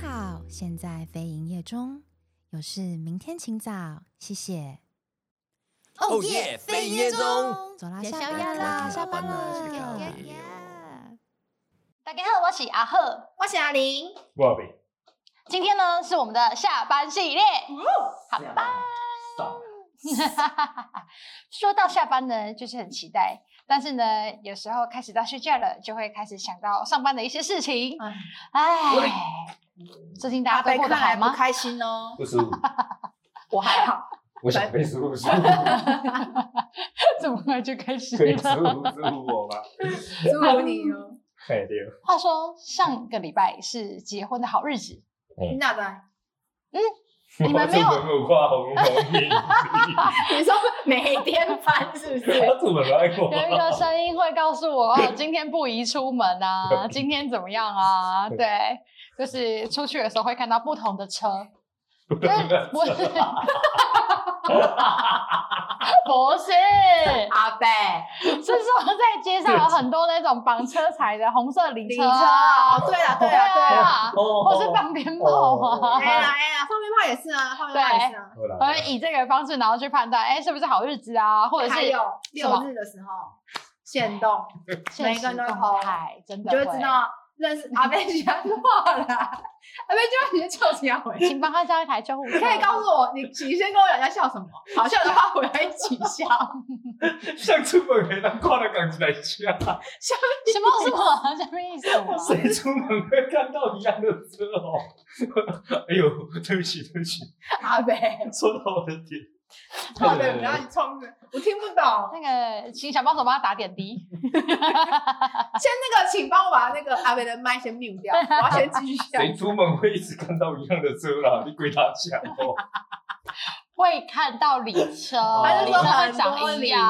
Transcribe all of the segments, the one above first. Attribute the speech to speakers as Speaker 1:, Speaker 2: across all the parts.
Speaker 1: 好，现在非营业中，有事明天请早，谢谢。
Speaker 2: 哦耶非营业中
Speaker 1: 走啦，
Speaker 3: 也
Speaker 1: 下
Speaker 3: 宵夜
Speaker 1: 班
Speaker 3: 啦
Speaker 1: 啦，
Speaker 3: 下
Speaker 1: 下
Speaker 3: 班
Speaker 1: 班
Speaker 3: 啦
Speaker 1: 了。
Speaker 3: 呀呀
Speaker 4: 大家好，我是阿赫，我是阿玲。
Speaker 5: 我呗，
Speaker 4: 今天呢是我们的下班系列，好吧。
Speaker 5: 爽，
Speaker 4: 说到下班呢，就是很期待，但是呢，有时候开始到睡觉了，就会开始想到上班的一些事情。唉，最近大
Speaker 6: 阿
Speaker 4: 家
Speaker 6: 贝
Speaker 4: 都过得
Speaker 6: 看
Speaker 4: 好
Speaker 6: 来不
Speaker 4: 吗？
Speaker 6: 开心哦，
Speaker 5: 不舒服，
Speaker 6: 我 还好，
Speaker 5: 我想被舒服舒服，
Speaker 4: 怎么就开始
Speaker 5: 可以舒
Speaker 4: 了？
Speaker 5: 服舒服我吧。
Speaker 6: 祝福你哦。
Speaker 5: 哎对，
Speaker 4: 话说上个礼拜是结婚的好日子，
Speaker 6: 你哪来？
Speaker 4: 你们没有
Speaker 5: 我怎么有画红红眼睛？
Speaker 6: 你说每天翻是不是？
Speaker 5: 他怎么来过？
Speaker 4: 有一个声音会告诉我，哦，今天不宜出门 啊，今天怎么样啊？ 对，就是出去的时候会看到不同的 车，因为不是，不是，
Speaker 6: 阿贝，
Speaker 4: 是说在街上有很多那种绑车彩的红色礼
Speaker 6: 你
Speaker 4: 车
Speaker 6: 车哦
Speaker 4: 啊，，
Speaker 6: 对了对
Speaker 4: 对
Speaker 6: 了对了，
Speaker 4: 啊，
Speaker 5: 哦
Speaker 4: 或是放鞭炮
Speaker 5: 哦
Speaker 6: 哎
Speaker 4: 啊
Speaker 6: 呀。哎呀，放鞭炮也是啊，放鞭炮也是啊。
Speaker 5: 好啦
Speaker 4: 我会以这个方式，然后去判断，哎，是不是好日子啊，或者是
Speaker 6: 还有
Speaker 4: 什么
Speaker 6: 六日的时候，限动，
Speaker 4: 现
Speaker 6: 每
Speaker 4: 实
Speaker 6: 个人都会
Speaker 4: 动
Speaker 6: po
Speaker 4: 态，真
Speaker 6: 你
Speaker 4: 的
Speaker 6: 就会
Speaker 4: 会
Speaker 6: 知道认识阿贝喜欢什么了。 阿贝就要你笑起来回。
Speaker 4: 请帮他叫一台救护车。
Speaker 6: 你可以告诉我，你你先跟我讲要笑什么，好笑的话我来一起笑。
Speaker 5: 像出门会当看到港起来笑，
Speaker 4: 什么什么什么意思啊？
Speaker 5: 谁出门会看到一样的车哦？哎呦，对不起对不起，
Speaker 6: 阿贝，
Speaker 5: 说到我的点。
Speaker 6: 阿贝不要你冲着，我听不懂。
Speaker 4: 那个，请小帮手帮他打点 滴。
Speaker 6: 先那个，请帮我把那个阿贝的麦先 mute 掉，我要先继续笑。
Speaker 5: 谁出门会一直看到一样的车啦？你鬼打墙哦！
Speaker 4: 会看到礼车，
Speaker 5: 他就
Speaker 6: 他就
Speaker 4: 礼
Speaker 6: 说
Speaker 4: 车会
Speaker 6: 很
Speaker 4: 长
Speaker 6: 多哦
Speaker 4: 一
Speaker 6: 理
Speaker 4: 样。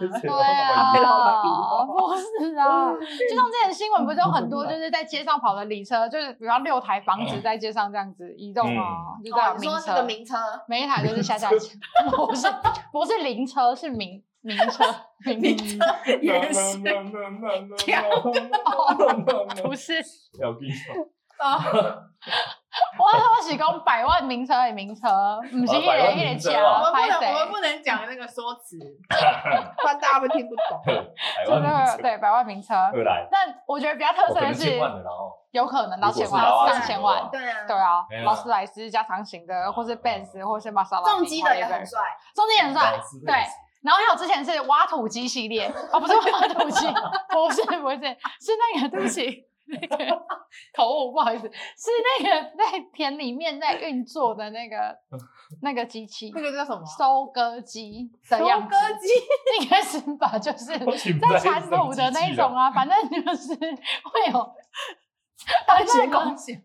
Speaker 4: 对 啊，
Speaker 6: 被老板比
Speaker 4: 不是啊，就像之前新闻不是有很多，就是在街上跑的礼车，就是比方六台房子在街上这样子移动
Speaker 5: 嗯
Speaker 4: 哦，就在
Speaker 6: 哦，
Speaker 4: 有
Speaker 6: 你
Speaker 4: 名
Speaker 6: 说那
Speaker 4: 车
Speaker 6: 个，名车，
Speaker 4: 每一台都是下 下车，不是不是灵车，是名名 车，名车
Speaker 6: 也是
Speaker 4: 不是。
Speaker 5: 要逼
Speaker 6: 哦，
Speaker 4: 我我是讲百万名车的名车，不是一
Speaker 5: 百万
Speaker 4: 人一人
Speaker 5: 名车
Speaker 4: 车，
Speaker 6: 我
Speaker 5: 哦
Speaker 6: 们
Speaker 4: 拍
Speaker 6: 不能，我
Speaker 4: 谁
Speaker 6: 们？不能讲那个说 辞，不然大家会听不懂。
Speaker 5: 台
Speaker 4: 真
Speaker 5: 湾
Speaker 4: 的
Speaker 5: 名车
Speaker 4: 对百万名车。
Speaker 5: 二来，
Speaker 4: 但我觉得比较特
Speaker 5: 哦
Speaker 4: 色
Speaker 5: 可
Speaker 4: 的
Speaker 5: 能
Speaker 4: 是
Speaker 5: 千，万的啦哦，
Speaker 4: 有可能到千万、
Speaker 6: 如果是劳
Speaker 4: 上
Speaker 6: 斯
Speaker 4: 千
Speaker 5: 莱斯
Speaker 4: 万
Speaker 5: 的。
Speaker 6: 对啊，
Speaker 4: 对啊
Speaker 5: 没，有
Speaker 4: 劳斯莱斯加长型的，或是 Benz，或是玛莎拉蒂，
Speaker 6: 重击的也
Speaker 4: whatever
Speaker 6: 很，帅，
Speaker 4: 重机也很帅
Speaker 5: 劳斯，
Speaker 4: 对
Speaker 5: 莱斯。
Speaker 4: 然后还有之前是挖土机系列，哦，不是挖土机，不是不是，是那个，对不起，那个口误，不好意思，是那个在田里面在运作的 那个那个机器
Speaker 6: 那，个叫什么？
Speaker 4: 收割机的样子，
Speaker 6: 收割机，
Speaker 4: 应该是吧，就是
Speaker 5: 我挺不太
Speaker 4: 在产
Speaker 5: 知道
Speaker 4: 乳
Speaker 5: 机
Speaker 4: 的那
Speaker 5: 器
Speaker 4: 一
Speaker 5: 人
Speaker 4: 种啊，反正就是会有
Speaker 6: 番
Speaker 4: 反正
Speaker 6: 茄
Speaker 4: 呢。
Speaker 6: 工型，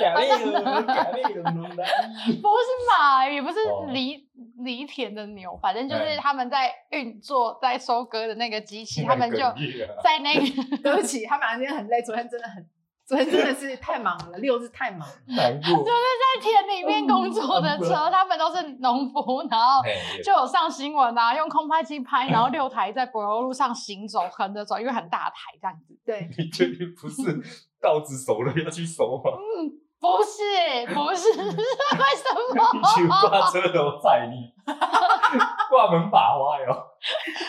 Speaker 5: 假内容，假内容啦。
Speaker 4: 不是马，也不是
Speaker 5: 哦
Speaker 4: 犁犁田的牛，反正就是
Speaker 5: 哎
Speaker 4: 他们在运作、在收割的那个机器，他们就
Speaker 5: 哽咽啊
Speaker 4: 在那个
Speaker 6: 对不起，他们俩今天很累，昨天真的很，昨天真的是太忙了， 六日太忙了。
Speaker 5: 难过，
Speaker 4: 在田里面工作的车，他们都是农夫，然后
Speaker 5: 哎
Speaker 4: 就有上新闻啊，用空拍机拍，然后六台在柏油路上行走，横着走，因为很大台这样子。
Speaker 6: 对，
Speaker 5: 你确定不是稻子熟了要去熟吗？
Speaker 4: 不是，不是， 是为什么？
Speaker 5: 你 去挂车头载你，挂门把花哟，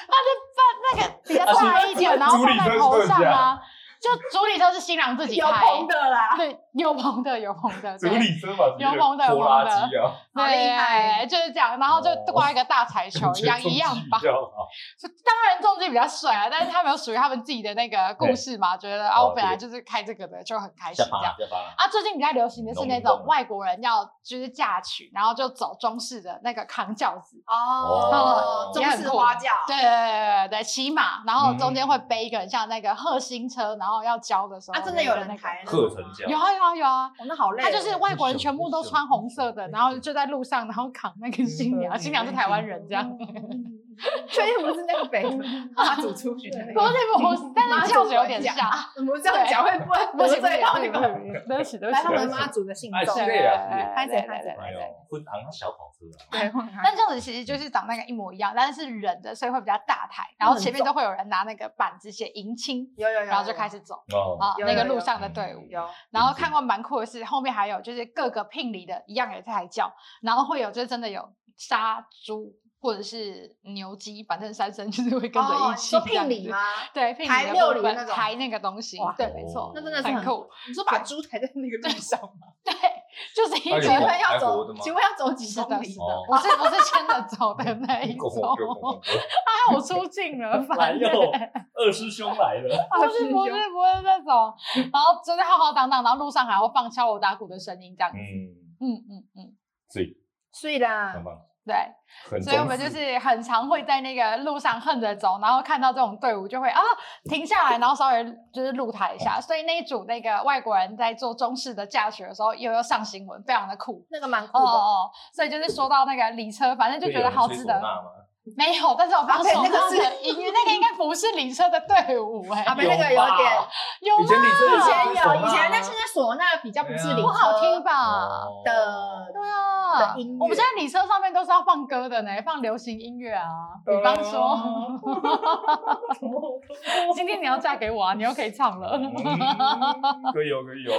Speaker 4: 那个比较大一点，然后放在头上啊，就主理车是新郎自己
Speaker 6: 有
Speaker 4: 开，
Speaker 6: 棚的啦，
Speaker 4: 对，有棚的，有棚的，
Speaker 5: 主
Speaker 4: 对。
Speaker 5: 理车嘛，
Speaker 4: 有风的有
Speaker 5: 拖拉
Speaker 4: 风的
Speaker 5: 机啊，
Speaker 6: 好厉害
Speaker 4: 对，就是这样，然后就
Speaker 5: 哦
Speaker 4: 挂一个大彩球一样一样吧
Speaker 5: 比。较好，
Speaker 4: 就当然重机比较帅啊，但是他们有属于他们自己的那个故事嘛，觉得啊，
Speaker 5: 哦
Speaker 4: 我本来
Speaker 5: 对
Speaker 4: 就是开这个的，就很开心这样。
Speaker 5: 下班了，
Speaker 4: 啊，最近比较流行的是
Speaker 5: 农
Speaker 4: 那
Speaker 5: 民
Speaker 4: 种
Speaker 5: 工
Speaker 4: 外国人要就是嫁娶，然后就走中式的那个扛轿子，
Speaker 6: 哦
Speaker 5: 哦，
Speaker 6: 中式花轿，
Speaker 4: 对对对对对，骑马，然后
Speaker 5: 嗯
Speaker 4: 中间会背一个很像那个贺新车，然后要交的时候，
Speaker 6: 啊，真的有人，抬那
Speaker 5: 贺
Speaker 6: 种
Speaker 5: 成
Speaker 6: 吗，
Speaker 5: 家
Speaker 4: 有啊有啊有啊，
Speaker 6: 哦，那好累哦，
Speaker 4: 他就是外国人，全部都嗯穿红色的，然后就在路上，然后扛那个新娘，新娘是台湾人这样。
Speaker 6: 确定不是那个北 妈祖出巡的那
Speaker 4: 不
Speaker 6: 个？
Speaker 4: 是不是，但是样子有点 像。
Speaker 6: 我们这样讲会不会
Speaker 4: 不
Speaker 6: 得
Speaker 4: 行不
Speaker 6: 罪
Speaker 4: 行
Speaker 6: 到
Speaker 4: 不
Speaker 6: 那
Speaker 4: 行
Speaker 6: 个
Speaker 4: 不行对不起对不
Speaker 6: 来
Speaker 4: 起
Speaker 6: 他
Speaker 4: 对
Speaker 6: 们
Speaker 4: 不起。
Speaker 6: 妈祖的信
Speaker 5: 哎
Speaker 6: 众
Speaker 5: 是？
Speaker 4: 对啊对
Speaker 6: 拍谁拍谁
Speaker 5: 哎呦，昏昂小跑车啊，
Speaker 6: 对，
Speaker 4: 但这样子其实就是长那个一模一样，但是是人的，所以会比较大台，然后前面都会有人拿那个板子写迎亲，
Speaker 6: 有有有，
Speaker 4: 然后就开始走
Speaker 5: 哦，
Speaker 4: 啊
Speaker 6: 有
Speaker 4: 那个
Speaker 6: 有有
Speaker 4: 路上的队伍。
Speaker 6: 有。
Speaker 4: 然后看过蛮酷的是，后面还有就是各个聘礼的一样也在叫，然后会有就是真的有杀猪或者是牛鸡，反正三牲就是会跟着一
Speaker 6: 哦，你
Speaker 4: 起、
Speaker 6: 说聘礼？吗？
Speaker 4: 对，聘礼
Speaker 6: 抬
Speaker 4: 的
Speaker 6: 六
Speaker 4: 部
Speaker 6: 礼
Speaker 4: 分
Speaker 6: 那种
Speaker 4: 抬那个东西
Speaker 6: 哇，
Speaker 4: 对，没错，
Speaker 6: 那真的是
Speaker 4: 很酷，
Speaker 6: 你说把猪抬在那个路上吗？
Speaker 4: 就是一
Speaker 5: 哎
Speaker 4: 个
Speaker 5: 呦
Speaker 6: 请
Speaker 5: 还
Speaker 6: 问要
Speaker 5: 活的
Speaker 6: 走？
Speaker 5: 吗
Speaker 6: 请问要走几
Speaker 4: 是
Speaker 6: 公
Speaker 4: 的，
Speaker 6: 里
Speaker 4: 是？的
Speaker 5: 哦，
Speaker 4: 不是不是牵着走 的那一
Speaker 5: 够
Speaker 4: 种，
Speaker 5: 恐怖，够恐怖！
Speaker 4: 啊，我出镜了，
Speaker 5: 来
Speaker 4: 烦
Speaker 5: 哟
Speaker 4: 欸，
Speaker 5: 二师兄来了，
Speaker 4: 不是不是
Speaker 6: 哦
Speaker 4: 不是那种，然后真的浩浩荡荡，然后路上还会放敲锣打鼓的声音这样子，
Speaker 5: 嗯，
Speaker 4: 嗯嗯嗯，
Speaker 5: 所以
Speaker 6: 睡
Speaker 5: 很
Speaker 6: 啦，
Speaker 5: 棒，
Speaker 4: 对，
Speaker 5: 很
Speaker 4: 所以我们就
Speaker 5: 中式
Speaker 4: 是很常会在那个路上横着走，然后看到这种队伍就会啊停下来，然后稍微就是露台一下。所以那一组那个外国人在做中式的嫁娶的时候，又要上新闻，非常的酷。
Speaker 6: 那个蛮酷
Speaker 4: 哦
Speaker 6: 的。
Speaker 4: 哦，所以就是说到那个礼车，反正就觉得好值
Speaker 5: 所以有人吹唢
Speaker 4: 得。
Speaker 5: 呐吗？
Speaker 4: 没有，但是我发现
Speaker 6: 阿啊北那个是
Speaker 4: 的音乐，那个应该不是礼车的队伍哎、
Speaker 6: 阿北那个有点，
Speaker 4: 啊有
Speaker 5: 以前
Speaker 4: 吗？
Speaker 5: 你真的
Speaker 6: 以
Speaker 5: 是
Speaker 6: 前
Speaker 5: 吹唢呐
Speaker 6: 有，以前，但现在唢呐比较不是
Speaker 5: 对啊
Speaker 6: 礼
Speaker 4: 不好听吧？
Speaker 5: 哦
Speaker 6: 的
Speaker 4: 对啊
Speaker 6: 的音，乐
Speaker 4: 我们现在礼车上面都是要放歌的呢，放流行音乐啊，比方说。 今天你要嫁给我啊，你又可以唱了。
Speaker 5: 嗯可以哦，可以哦，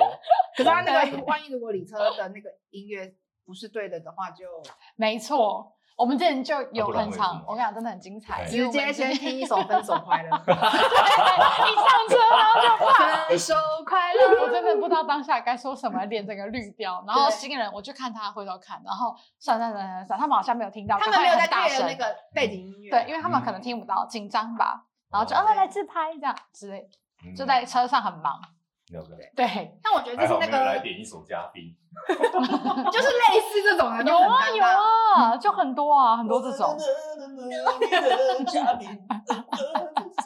Speaker 6: 可是他那个万一如果礼车的那个音乐不是对的的话，就
Speaker 4: 没错，我们之前就有
Speaker 5: 啊不然
Speaker 4: 很
Speaker 5: 为什
Speaker 4: 长
Speaker 5: 么，
Speaker 4: 我跟你讲，真的很精彩。
Speaker 5: 对
Speaker 4: 因为
Speaker 6: 直
Speaker 4: 我们
Speaker 6: 接先
Speaker 4: 之前
Speaker 6: 听一首《分手 快乐》。
Speaker 4: 一上车，然 后就哎
Speaker 6: 分手快乐，
Speaker 4: 我真的不知道当下该说什么，脸整个绿掉。然后新人我就看他回头看，然后算算算算算，他们好像没有听到，
Speaker 6: 他们没有在
Speaker 4: 赶快很
Speaker 6: 配合
Speaker 4: 大
Speaker 6: 那
Speaker 4: 声。
Speaker 6: 个背景音乐。
Speaker 4: 对，因为他们可能听不到，紧张吧。然后就
Speaker 5: 嗯哦
Speaker 4: 啊来来自拍这样之类，
Speaker 5: 嗯
Speaker 4: 就在车上很忙。
Speaker 5: 了解
Speaker 4: 对，
Speaker 6: 但我觉得
Speaker 5: 还
Speaker 6: 这是
Speaker 5: 好没
Speaker 6: 那
Speaker 5: 有来
Speaker 6: 个，
Speaker 5: 点一首嘉宾，
Speaker 6: 就是类似这种的，
Speaker 4: 有啊有 啊，就很多啊，很多这种。
Speaker 6: 哦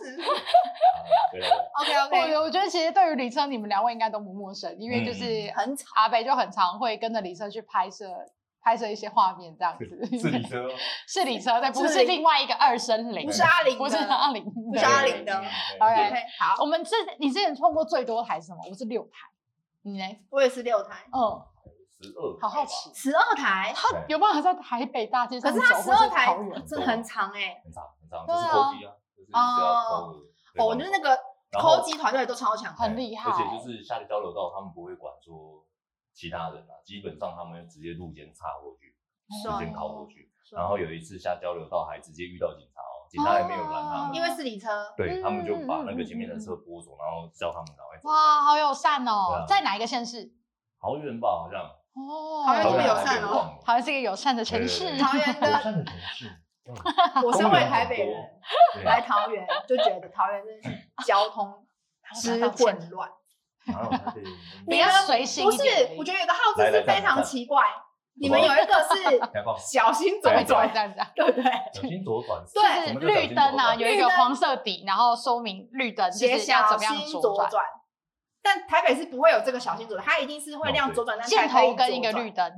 Speaker 5: 啊对对 对
Speaker 6: OK
Speaker 4: 我
Speaker 6: OK，
Speaker 4: 我觉得其实对于李车，你们两位应该都不陌生，因为
Speaker 5: 嗯
Speaker 4: 就是
Speaker 6: 很吵。
Speaker 4: 阿北就很常会跟着李车去拍摄。拍摄一些画面这样子，
Speaker 5: 是你车哦，
Speaker 4: 是李车，对，不
Speaker 6: 是
Speaker 4: 是另外一个二声零，
Speaker 6: 不是阿玲的，
Speaker 4: 不是阿玲，不
Speaker 6: 是阿玲的
Speaker 5: 对
Speaker 6: OK，好，
Speaker 4: 我们之你之前碰过最多台是什么？我是六台，你呢？
Speaker 6: 我也是六台，
Speaker 4: 嗯，
Speaker 5: 十二，
Speaker 4: 好好奇，
Speaker 6: 十二台，
Speaker 5: 对，
Speaker 4: 有办法在台北大街
Speaker 6: 可
Speaker 4: 上
Speaker 6: 是
Speaker 4: 走，
Speaker 6: 它十二台
Speaker 4: 或是桃园
Speaker 6: 真的很长哎。
Speaker 5: 很长很长，就
Speaker 4: 对啊
Speaker 5: 是扣机啊，就是只要扣的对
Speaker 6: 哦，
Speaker 5: 方
Speaker 6: 我觉得那个
Speaker 5: 然后
Speaker 6: 抠机团队都超强，
Speaker 4: 很厉害
Speaker 5: 哎而且就是下一交流道，他们不会管说其他人啊，基本上他们直接路肩插过去，
Speaker 6: 帅
Speaker 5: 路
Speaker 6: 哦
Speaker 5: 肩靠过去。然后有一次下交流道还直接遇到警察哦，警察
Speaker 4: 哦
Speaker 5: 也没有拦他们，
Speaker 6: 因为是礼车，
Speaker 5: 对他们就把那
Speaker 4: 嗯嗯
Speaker 5: 个
Speaker 4: 嗯
Speaker 5: 前面的车拨走，然后叫他们赶快走。
Speaker 4: 哇，好友善
Speaker 5: 对
Speaker 4: 哦
Speaker 5: 啊！
Speaker 4: 在哪一个县市？
Speaker 5: 好远吧，好像
Speaker 4: 哦，
Speaker 6: 桃园
Speaker 5: 好
Speaker 6: 这么友
Speaker 5: 远
Speaker 6: 善哦
Speaker 5: 哦，
Speaker 4: 好像是一个友善的城市。
Speaker 5: 对对对
Speaker 6: 桃园
Speaker 4: 啊
Speaker 5: 友
Speaker 6: 的，
Speaker 5: 善的城市。嗯
Speaker 6: 我身为台北人
Speaker 5: 对
Speaker 6: 来桃园，就觉得桃园真的是交通之混乱。
Speaker 5: 哪有台北人
Speaker 4: 你要随性
Speaker 6: 不
Speaker 4: 一
Speaker 6: 是
Speaker 4: 点而已，
Speaker 6: 我觉得有的号字是非常奇怪，你们有一个是
Speaker 5: 开放，
Speaker 6: 小心左
Speaker 5: 来
Speaker 4: 这样
Speaker 6: 转，
Speaker 4: 这样这样，
Speaker 6: 哦对不对？
Speaker 5: 小心左转。
Speaker 6: 对
Speaker 5: 我们
Speaker 4: 就是
Speaker 5: 就小心
Speaker 4: 绿灯啊，
Speaker 5: 左转
Speaker 4: 有一个黄色底，然后说明绿灯就
Speaker 6: 写
Speaker 4: 是要
Speaker 6: 小
Speaker 4: 怎么样
Speaker 6: 心
Speaker 4: 左转，
Speaker 6: 转。但台北是不会有这个小心左转，它一定是会亮左转，但是
Speaker 4: 箭
Speaker 6: 还可以
Speaker 4: 头跟一个
Speaker 6: 左转
Speaker 4: 绿。嗯灯，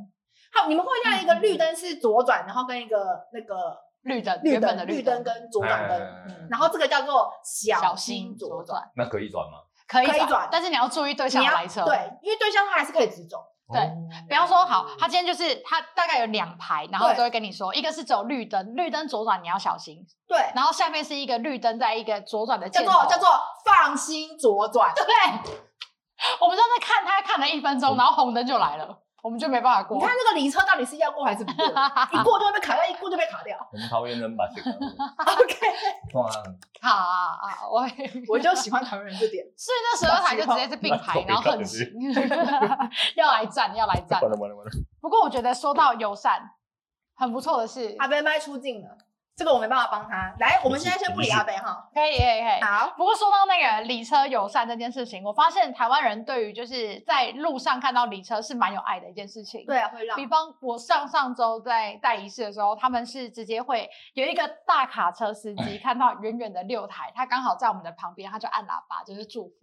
Speaker 6: 好，你们会亮一个绿灯是左转，然后跟一个那个
Speaker 4: 绿灯
Speaker 6: 绿
Speaker 4: 原本
Speaker 6: 灯
Speaker 4: 的
Speaker 6: 绿灯
Speaker 4: 灯
Speaker 6: 跟左转灯，
Speaker 5: 嗯
Speaker 6: 然后这个叫做
Speaker 4: 小
Speaker 6: 小
Speaker 4: 心
Speaker 6: 心
Speaker 4: 左
Speaker 6: 左
Speaker 4: 转
Speaker 6: 转。。
Speaker 5: 那可以转吗？
Speaker 4: 可以
Speaker 6: 可以转
Speaker 4: 但是你要注意对
Speaker 6: 你
Speaker 4: 向
Speaker 6: 要
Speaker 4: 来车。，
Speaker 6: 对，因为对象他还是可以直走，
Speaker 4: 对
Speaker 5: 哦，
Speaker 4: 比方说，好，他今天就是他大概有两排，然后
Speaker 6: 对
Speaker 4: 都会跟你说，一个是走绿灯，绿灯左转你要小心，
Speaker 6: 对，
Speaker 4: 然后下面是一个绿灯，在一个左转的
Speaker 6: 叫
Speaker 4: 箭
Speaker 6: 做
Speaker 4: 头，
Speaker 6: 叫做放心左转，
Speaker 4: 对。我们上次看他看了一分钟，然后红灯就来了，我们就没办法过。
Speaker 6: 你看这个离车到底是要过还是不过？一过就会被卡掉，一过就被卡掉。
Speaker 5: 我们桃园人把这个
Speaker 6: OK，
Speaker 5: 撞案
Speaker 4: 好啊啊！我所以
Speaker 6: 我就喜欢桃园人这点。
Speaker 4: 那十二台就直接是并排，然后横行， 要来站要来站。
Speaker 5: 完了完了完了，
Speaker 4: 不过我觉得说到友善，很不错的是，
Speaker 6: 阿贝麦出镜了，这个我没办法帮他。来，我们现在先不理阿贝哈。
Speaker 4: 可以可以可以。
Speaker 6: 好，
Speaker 4: 不过说到那个礼车友善这件事情，我发现台湾人对于就是在路上看到礼车是蛮有爱的一件事情。
Speaker 6: 对，啊，会让
Speaker 4: 比方我上上周在带仪式的时候，他们是直接会有一个大卡车司 机看到远远的六台，他刚好在我们的旁边，他就按喇叭就是祝福，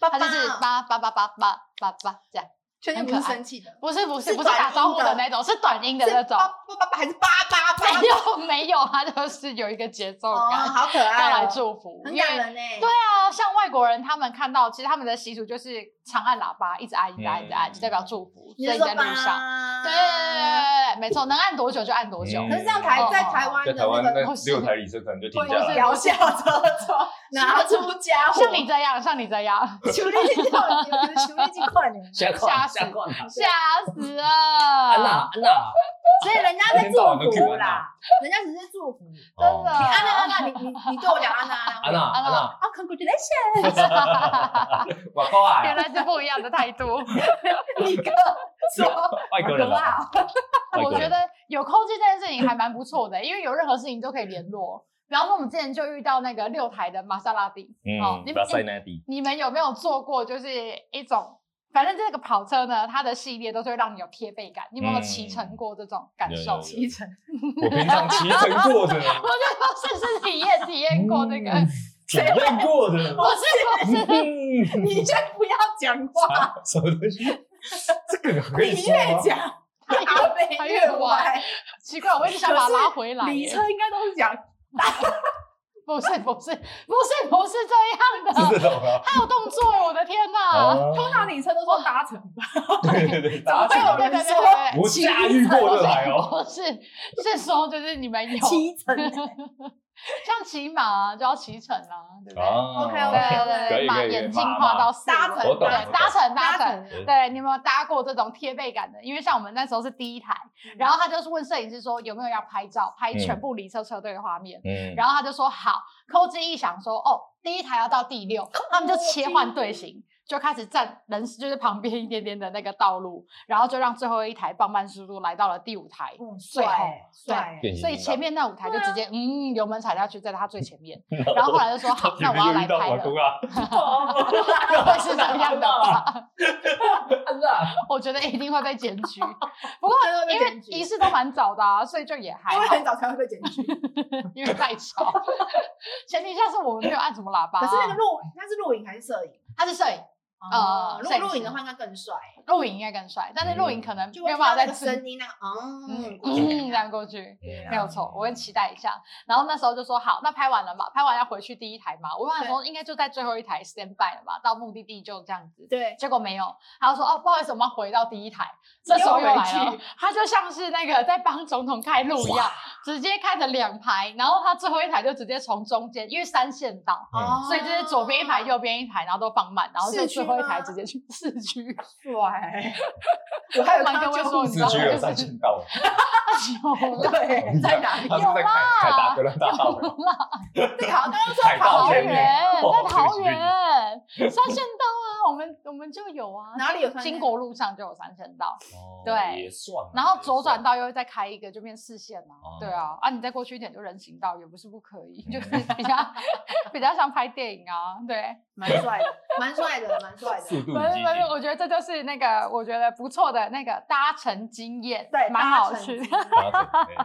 Speaker 6: 爸
Speaker 4: 他就是
Speaker 6: 爸
Speaker 4: 叭叭叭叭叭叭叭这样。
Speaker 6: 确定不是生气的，
Speaker 4: 不是不是
Speaker 6: 是
Speaker 4: 不是
Speaker 6: 短
Speaker 4: 打招呼
Speaker 6: 音的
Speaker 4: 的那种，是短音的
Speaker 6: 是
Speaker 4: 那种。
Speaker 6: 叭叭叭叭还是叭叭叭？
Speaker 4: 没有没有，它就是有一个节奏
Speaker 6: 哦，
Speaker 4: 感。
Speaker 6: 好可
Speaker 4: 要
Speaker 6: 爱
Speaker 4: 来
Speaker 6: 哦，
Speaker 4: 祝福，
Speaker 6: 很
Speaker 4: 因
Speaker 6: 感
Speaker 4: 为
Speaker 6: 人呢。
Speaker 4: 对啊，像外国人他们看到，其实他们的习俗就是长按喇叭，一直按一直按一直按，
Speaker 5: 嗯
Speaker 4: 就代表祝福。所
Speaker 6: 你
Speaker 4: 以你
Speaker 6: 是
Speaker 4: 在
Speaker 6: 说
Speaker 4: 路上，
Speaker 6: 吧？
Speaker 4: 对对对对对，没错，能按多久就按多久。
Speaker 5: 嗯
Speaker 6: 可是这样台
Speaker 4: 哦
Speaker 6: 在
Speaker 4: 哦
Speaker 6: 台湾
Speaker 5: 在
Speaker 6: 的
Speaker 5: 台湾
Speaker 6: 那个
Speaker 5: 那六台里车可能就停
Speaker 6: 会
Speaker 5: 下来了。
Speaker 6: 疗效折中，拿出家伙，
Speaker 4: 像你这样，像你 这样，
Speaker 6: 求力金叫你，我觉得求力金快点。
Speaker 3: 吓
Speaker 4: 吓
Speaker 3: 垮
Speaker 4: 死
Speaker 3: 吓垮他，
Speaker 4: 吓死了！
Speaker 3: 安娜安娜，
Speaker 6: 所以人家在祝福啦，人家只是祝福。你 啊
Speaker 4: 真的，
Speaker 5: 哦
Speaker 6: 安娜安娜，你你你对我讲安娜安
Speaker 3: 安
Speaker 6: 娜
Speaker 3: 娜，
Speaker 4: 安
Speaker 3: 安
Speaker 4: 娜
Speaker 3: 娜，
Speaker 6: 啊，congratulations，
Speaker 3: 我靠啊！
Speaker 4: 原来是不一样的态度。
Speaker 6: 你哥说
Speaker 3: 外国人啊，
Speaker 6: 哇，
Speaker 3: 外
Speaker 4: 我
Speaker 3: 国
Speaker 4: 觉
Speaker 3: 人，
Speaker 4: 得有空气这件事情还蛮不错的，因为有任何事情都可以联络。比方说，我们之前就遇到那个六台的玛莎拉蒂，哦，你
Speaker 3: 嗯，
Speaker 4: 们
Speaker 3: 巴塞纳迪，
Speaker 4: 你们有没有做过？就是一种，反正这个跑车呢，它的系列都是会让你有贴背感。你有没有
Speaker 3: 嗯
Speaker 4: 骑乘过这种感
Speaker 3: 有
Speaker 4: 受？
Speaker 3: 有
Speaker 4: 是
Speaker 3: 有
Speaker 6: 一成
Speaker 5: 我平常骑乘过 的，
Speaker 4: 是体验体验过这个，
Speaker 5: 嗯体验过的，
Speaker 4: 不是不啊是，
Speaker 5: 嗯，
Speaker 6: 你先不要讲话，
Speaker 5: 什么东西？这个可以
Speaker 6: 你
Speaker 5: 说
Speaker 6: 越
Speaker 5: 吗？
Speaker 6: 讲阿北越歪。
Speaker 4: 奇怪，我一直想把它拉回来
Speaker 6: 李
Speaker 4: 耶。
Speaker 6: 车应该都是讲
Speaker 4: 不是不是不是不是这样
Speaker 5: 是
Speaker 4: 的，
Speaker 5: 这种啊，
Speaker 4: 还有动作耶，我的天哪！
Speaker 5: 哦
Speaker 6: 通常李车都说搭乘吧，
Speaker 5: 对对对，打
Speaker 6: 怎么
Speaker 5: 架
Speaker 4: 啊
Speaker 6: 会有
Speaker 4: 对对对对对
Speaker 5: 我驾驭过的来 哦，
Speaker 4: 不是，是说就是你们有
Speaker 6: 骑乘。
Speaker 4: 像骑马啊就要骑乘啊，对不对？
Speaker 3: 哦
Speaker 5: 啊
Speaker 6: OK，OK
Speaker 4: 对对
Speaker 5: 可
Speaker 4: 对，
Speaker 5: 以
Speaker 4: 把
Speaker 5: 可以
Speaker 4: 眼睛
Speaker 5: 马马
Speaker 4: 画到四
Speaker 6: 搭
Speaker 4: 轮
Speaker 6: 乘
Speaker 5: 我懂
Speaker 4: 对，搭乘搭乘。
Speaker 6: 乘
Speaker 4: 对，你有没有搭过这种贴背感的？因为像我们那时候是第一台，
Speaker 6: 嗯
Speaker 4: 然后他就是问摄影师说有没有要拍照，拍
Speaker 5: 嗯
Speaker 4: 全部离车车队的画面，
Speaker 3: 嗯，
Speaker 4: 然后他就说好。扣之一想说哦，第一台要到第六，他们就切换队形，就开始站人就是旁边一点点的那个道路，然后就让最后一台棒慢速度来到了第五台。
Speaker 6: 嗯，
Speaker 4: 最后
Speaker 6: 帅啊帅，
Speaker 3: 典型
Speaker 4: 所以 前
Speaker 3: 领
Speaker 4: 面那五台就直接、嗯油门踩下去，在他最前面，然后后来就 说好，那我要来
Speaker 5: 遇到
Speaker 4: 拍
Speaker 5: 我
Speaker 4: 了，
Speaker 5: 公 啊，
Speaker 6: 哦
Speaker 4: 会是这样的
Speaker 6: 啊
Speaker 4: 吧？
Speaker 3: 导安娜，
Speaker 4: 我觉得一定会被检 举。不过
Speaker 6: 真的会被
Speaker 4: 因为
Speaker 6: 检举
Speaker 4: 仪式都蛮早的、啊，所以就也还
Speaker 6: 因为
Speaker 4: 好
Speaker 6: 很，早才会被 检举。
Speaker 4: 因为太吵。 前提下是我们没有按什么喇叭、
Speaker 6: 可是那个录，那是录影还是摄影？
Speaker 4: 他是摄影，
Speaker 6: 啊，如
Speaker 4: 哦摄
Speaker 6: 果
Speaker 4: 影师
Speaker 6: 录影的话，应该更帅，
Speaker 4: 录影应该更帅，但是录影可能
Speaker 6: 嗯就
Speaker 4: 没
Speaker 6: 会
Speaker 4: 有
Speaker 6: 听
Speaker 4: 办法
Speaker 6: 到那
Speaker 4: 再
Speaker 6: 个
Speaker 4: 吃。
Speaker 6: 声音，那个嗯
Speaker 4: 嗯，嗯，这样过去。
Speaker 5: 啊
Speaker 4: 没有错，我会期待一下。然后那时候就说好，那拍完了嘛，拍完要回去第一台嘛。我想说应该就在最后一台 stand by 了吧，到目的地就这样子。
Speaker 6: 对，
Speaker 4: 结果没有，他就说哦，不好意思，我们要回到第一台。这时候又来
Speaker 6: 又
Speaker 4: 了
Speaker 6: 回去，
Speaker 4: 他就像是那个在帮总统开路一样，直接开着两排，然后他最后一台就直接从中间，因为三线道。
Speaker 6: 哦
Speaker 4: 嗯所以就是左边一排，右边一排，然后都放慢，然后就最后一台直接去市区。
Speaker 6: 帅。我还有看
Speaker 4: 跟
Speaker 6: 到
Speaker 4: 我
Speaker 6: 救
Speaker 4: 说
Speaker 6: 护
Speaker 4: 你知
Speaker 5: 自
Speaker 4: 道
Speaker 5: 居
Speaker 4: 吗
Speaker 5: 有三线 道，
Speaker 3: 哦
Speaker 4: 有
Speaker 6: 对，哦在哪里？
Speaker 5: 他是在凯凯达格兰大 道，
Speaker 6: 这好像刚刚说
Speaker 5: 凯道
Speaker 4: 桃
Speaker 5: 前
Speaker 4: 园，
Speaker 5: 面，
Speaker 4: 在
Speaker 5: 哦
Speaker 4: 桃园三线道啊，我们我们就有啊，
Speaker 6: 哪里有三线
Speaker 4: 经国路上就有三线道，
Speaker 5: 哦
Speaker 4: 对
Speaker 5: 也算啊，
Speaker 4: 然后左转
Speaker 5: 到
Speaker 4: 道又再开一个，就变四线了、
Speaker 5: 哦
Speaker 4: 对啊，啊，你再过去一点就人行道，也不是不可以，
Speaker 5: 嗯
Speaker 4: 就是比较 比较像拍电影啊。对，
Speaker 6: 蛮帅的，蛮帅的，蛮帅 的。
Speaker 5: 速度
Speaker 4: 反
Speaker 5: 已
Speaker 4: 正反正
Speaker 5: 经
Speaker 4: 我觉得这就是那个我觉得不错的那个搭乘经验，
Speaker 6: 对，
Speaker 4: 蛮
Speaker 6: 搭
Speaker 4: 好
Speaker 6: 乘
Speaker 4: 去
Speaker 6: 经
Speaker 4: 的。
Speaker 6: 验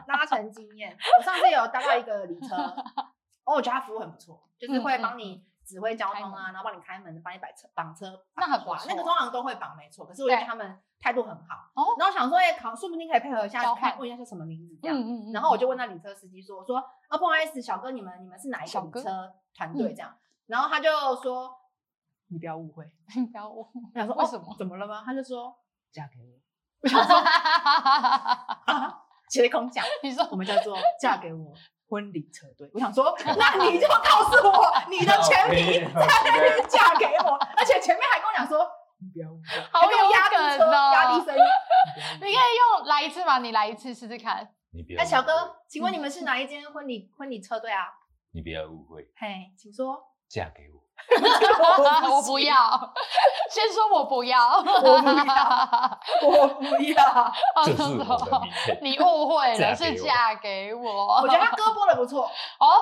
Speaker 6: 搭乘经验。我上次有搭到一个礼 车，哦，我觉得他服务很不错，就是
Speaker 4: 嗯
Speaker 6: 会帮你指挥交通啊，然后帮你开门，帮你摆车、绑车。
Speaker 4: 那很不
Speaker 6: 哇
Speaker 4: 错，
Speaker 6: 那个通常都会绑，没错。可是我觉得
Speaker 4: 对
Speaker 6: 他们态度很好。
Speaker 4: 哦
Speaker 6: 然后想说，哎，好，说不定可以配合一下
Speaker 4: 交，换
Speaker 6: 看问一下是什么名字这样。
Speaker 4: 嗯嗯嗯。
Speaker 6: 然后我就问那礼车司机说：“我说啊，不好意思，小哥，你们你们是哪一个
Speaker 4: 小
Speaker 6: 礼
Speaker 4: 哥嗯
Speaker 6: 车团队这样？”然后他就说：“你不要误会。
Speaker 4: 你不要我，”
Speaker 6: 我想说：“
Speaker 4: 为
Speaker 6: 哦
Speaker 4: 什么？
Speaker 6: 怎么了吗？”他就 说：“嫁给我。”我想说，斜空讲。
Speaker 4: 你说
Speaker 6: 我们叫做“嫁给我婚礼车队”。我想说，那你就告诉我你的全名，
Speaker 5: 名
Speaker 6: 嫁给我，而且前面还跟我讲说，你不要误会，
Speaker 4: 好
Speaker 6: 还给我压
Speaker 4: 有
Speaker 6: 低
Speaker 4: 梗
Speaker 6: 车，
Speaker 4: 哦
Speaker 6: 压低声音。
Speaker 4: 你可以用来一次嘛？你来一次试试看。
Speaker 5: 你别
Speaker 6: 哎，小哥，请
Speaker 4: 嗯
Speaker 6: 问你们是哪一间婚礼婚礼车队啊？
Speaker 5: 你不要误会，
Speaker 6: 嘿，请说。
Speaker 5: 嫁给我，
Speaker 4: 我不要，先说我不要，
Speaker 6: 我不要，我不 要。
Speaker 4: 哦
Speaker 5: 这是我的名片，
Speaker 4: 你误 会了，
Speaker 5: 嫁给我
Speaker 4: 是嫁给
Speaker 6: 我
Speaker 4: 我
Speaker 6: 觉。得他歌播的不错，
Speaker 4: 哦，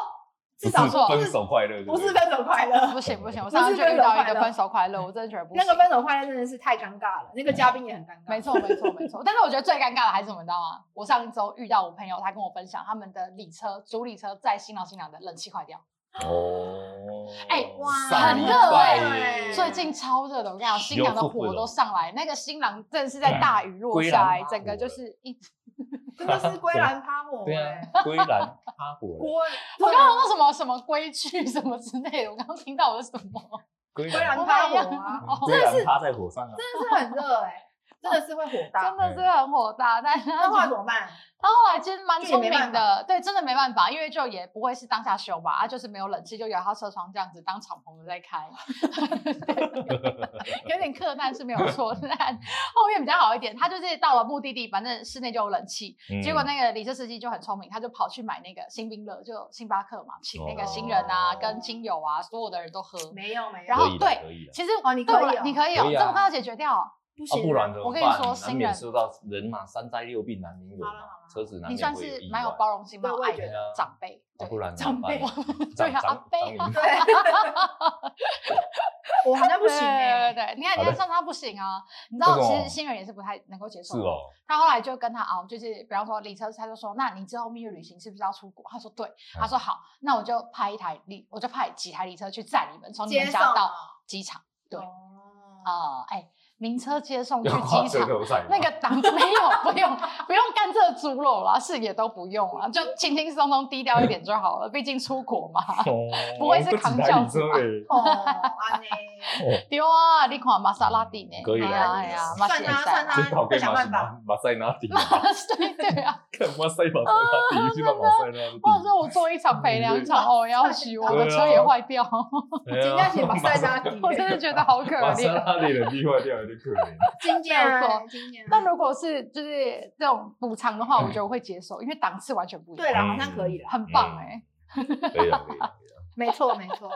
Speaker 5: 不
Speaker 6: 至
Speaker 5: 是
Speaker 6: 少说
Speaker 5: 分手快乐，
Speaker 6: 不是
Speaker 5: 对
Speaker 6: 分手快乐。
Speaker 4: 不行不行，我
Speaker 6: 不是
Speaker 4: 上次就遇到一
Speaker 6: 分手快
Speaker 4: 个
Speaker 6: 乐
Speaker 4: 分手快乐，我真的觉得不行。
Speaker 6: 那个分手快乐真的是太尴尬了，那个嘉宾也很尴尬。
Speaker 4: 没错，没错，没错。但是我觉得最尴尬的还是什么，你知道吗？我上一周遇到我朋友，他跟我分享他们的礼车主礼车载新郎新娘的冷气坏掉，
Speaker 5: 哦，
Speaker 4: 哎
Speaker 6: 哇
Speaker 4: 很
Speaker 6: 上
Speaker 4: 热
Speaker 6: 礼
Speaker 4: 哎、
Speaker 6: 拜耶
Speaker 4: 最近超热的，我跟你讲，新娘的火都上来，那个新郎真的是
Speaker 6: 啊
Speaker 4: 在大雨落
Speaker 5: 归
Speaker 4: 下
Speaker 5: 来
Speaker 4: 来，整个就是一。
Speaker 6: 真的是归兰趴 火
Speaker 5: 对啊
Speaker 6: 哎，，
Speaker 5: 归兰趴火，
Speaker 6: 锅
Speaker 4: 我刚刚说什么什么规矩什么之类的，我刚刚听到我是什么？
Speaker 5: 归
Speaker 6: 归
Speaker 5: 兰
Speaker 6: 兰趴火啊，
Speaker 4: 哦
Speaker 5: 归兰趴在火上啊，
Speaker 6: 真的是很热哎， 真的是会火
Speaker 4: 真
Speaker 6: 大。嗯
Speaker 4: 的是很火大，但是
Speaker 6: 那
Speaker 4: 他
Speaker 6: 后来怎么办？
Speaker 4: 他后来其实蛮聪
Speaker 6: 就也没
Speaker 4: 明
Speaker 6: 办
Speaker 4: 的，对，真的没办法，因为就也不会是当下修嘛，啊，就是没有冷气，就摇到车窗这样子当敞篷的在开， 有点客难是没有错，但后面比较好一点，他就是到了目的地，反正室内就有冷气，
Speaker 5: 嗯
Speaker 4: 结果那个理车司机就很聪明，他就跑去买那个新冰乐，就星巴克嘛，请那个新人啊、
Speaker 5: 哦
Speaker 4: 跟亲友啊，所有的人都喝。
Speaker 6: 没有没有，
Speaker 4: 然
Speaker 5: 可
Speaker 4: 后
Speaker 5: 以的
Speaker 4: 对
Speaker 5: 可以的。
Speaker 4: 其实
Speaker 6: 哦你
Speaker 4: 对我
Speaker 6: 可以
Speaker 4: 来
Speaker 6: 哦
Speaker 4: 你可以哦，
Speaker 5: 可以啊
Speaker 4: 这么快就解决掉哦，
Speaker 6: 不
Speaker 5: 啊，
Speaker 6: 行，
Speaker 5: 不然怎么办？
Speaker 4: 我跟你说
Speaker 5: 难
Speaker 4: 新
Speaker 5: 免
Speaker 4: 人
Speaker 5: 受到人嘛，三灾六病难免有
Speaker 6: 好了
Speaker 5: 嘛
Speaker 6: 好了，
Speaker 5: 车子难
Speaker 4: 你
Speaker 5: 免
Speaker 4: 算
Speaker 5: 会
Speaker 4: 是
Speaker 5: 意
Speaker 4: 蛮有
Speaker 5: 外
Speaker 4: 包容心、蛮
Speaker 6: 对
Speaker 4: 有
Speaker 6: 我也
Speaker 4: 爱
Speaker 6: 觉
Speaker 4: 的
Speaker 5: 得
Speaker 4: 长辈。
Speaker 5: 啊
Speaker 4: 对，
Speaker 5: 不然
Speaker 6: 长辈
Speaker 4: 对啊阿伯
Speaker 5: 啊
Speaker 6: 对，我好像不行哎
Speaker 4: 对对，对，对你看
Speaker 5: 好
Speaker 4: 你
Speaker 5: 的
Speaker 4: 看上次他不行啊，你知道
Speaker 5: 为什
Speaker 4: 其
Speaker 5: 么
Speaker 4: 实新人也是不太能够接受。
Speaker 5: 是， 哦，
Speaker 4: 他后来就跟他熬，就是比方说李车，他就说，那你之后蜜月旅行是不是要出国？他说对，
Speaker 5: 嗯
Speaker 4: 他说好，那我就派一台李，我就派几台李车去载你们，呃从你们
Speaker 6: 接
Speaker 4: 家
Speaker 6: 送
Speaker 4: 到
Speaker 6: 哦
Speaker 4: 机场。对
Speaker 6: 哦，
Speaker 4: 啊，哎，名车接送去
Speaker 5: 要花
Speaker 4: 机
Speaker 5: 车
Speaker 4: 场。
Speaker 5: 头赛
Speaker 4: 那个 档没有，不用不用甘蔗猪肉啦，是也都不用啦，就轻轻松松低调一点就好了。毕竟出国嘛， 不会
Speaker 5: 哦
Speaker 4: 是扛轿子吧
Speaker 5: 吧？
Speaker 6: 哦，安内，
Speaker 4: 对啊，你看玛莎拉蒂呢，
Speaker 5: 可以啊啦
Speaker 4: 哎呀哎呀，嘛是
Speaker 6: 算他
Speaker 4: 可以
Speaker 6: 算
Speaker 5: 这
Speaker 6: 他
Speaker 5: 跑给
Speaker 6: 想
Speaker 5: 马
Speaker 6: 办法
Speaker 5: 马马塞纳 蒂，
Speaker 4: 对对啊，
Speaker 5: 看马塞 马塞纳蒂，去把马塞纳蒂，
Speaker 4: 或者说我做一场赔两场哦，要死我，我车也坏掉，
Speaker 6: 今天是马赛拉蒂，
Speaker 4: 我真的觉得好可
Speaker 5: 哎 马塞
Speaker 4: 怜。
Speaker 5: 纳蒂的地坏掉有点可怜，
Speaker 6: 今
Speaker 4: 没有错
Speaker 6: 天啊今天，
Speaker 4: 但如果是就是这种补偿的话，我觉得我会接受，因为档次完全不一
Speaker 6: 对啊
Speaker 4: 样，
Speaker 6: 了，好像可以了，
Speaker 4: 很棒哎
Speaker 5: 可嗯以啊可以 啊，
Speaker 6: 没错没错，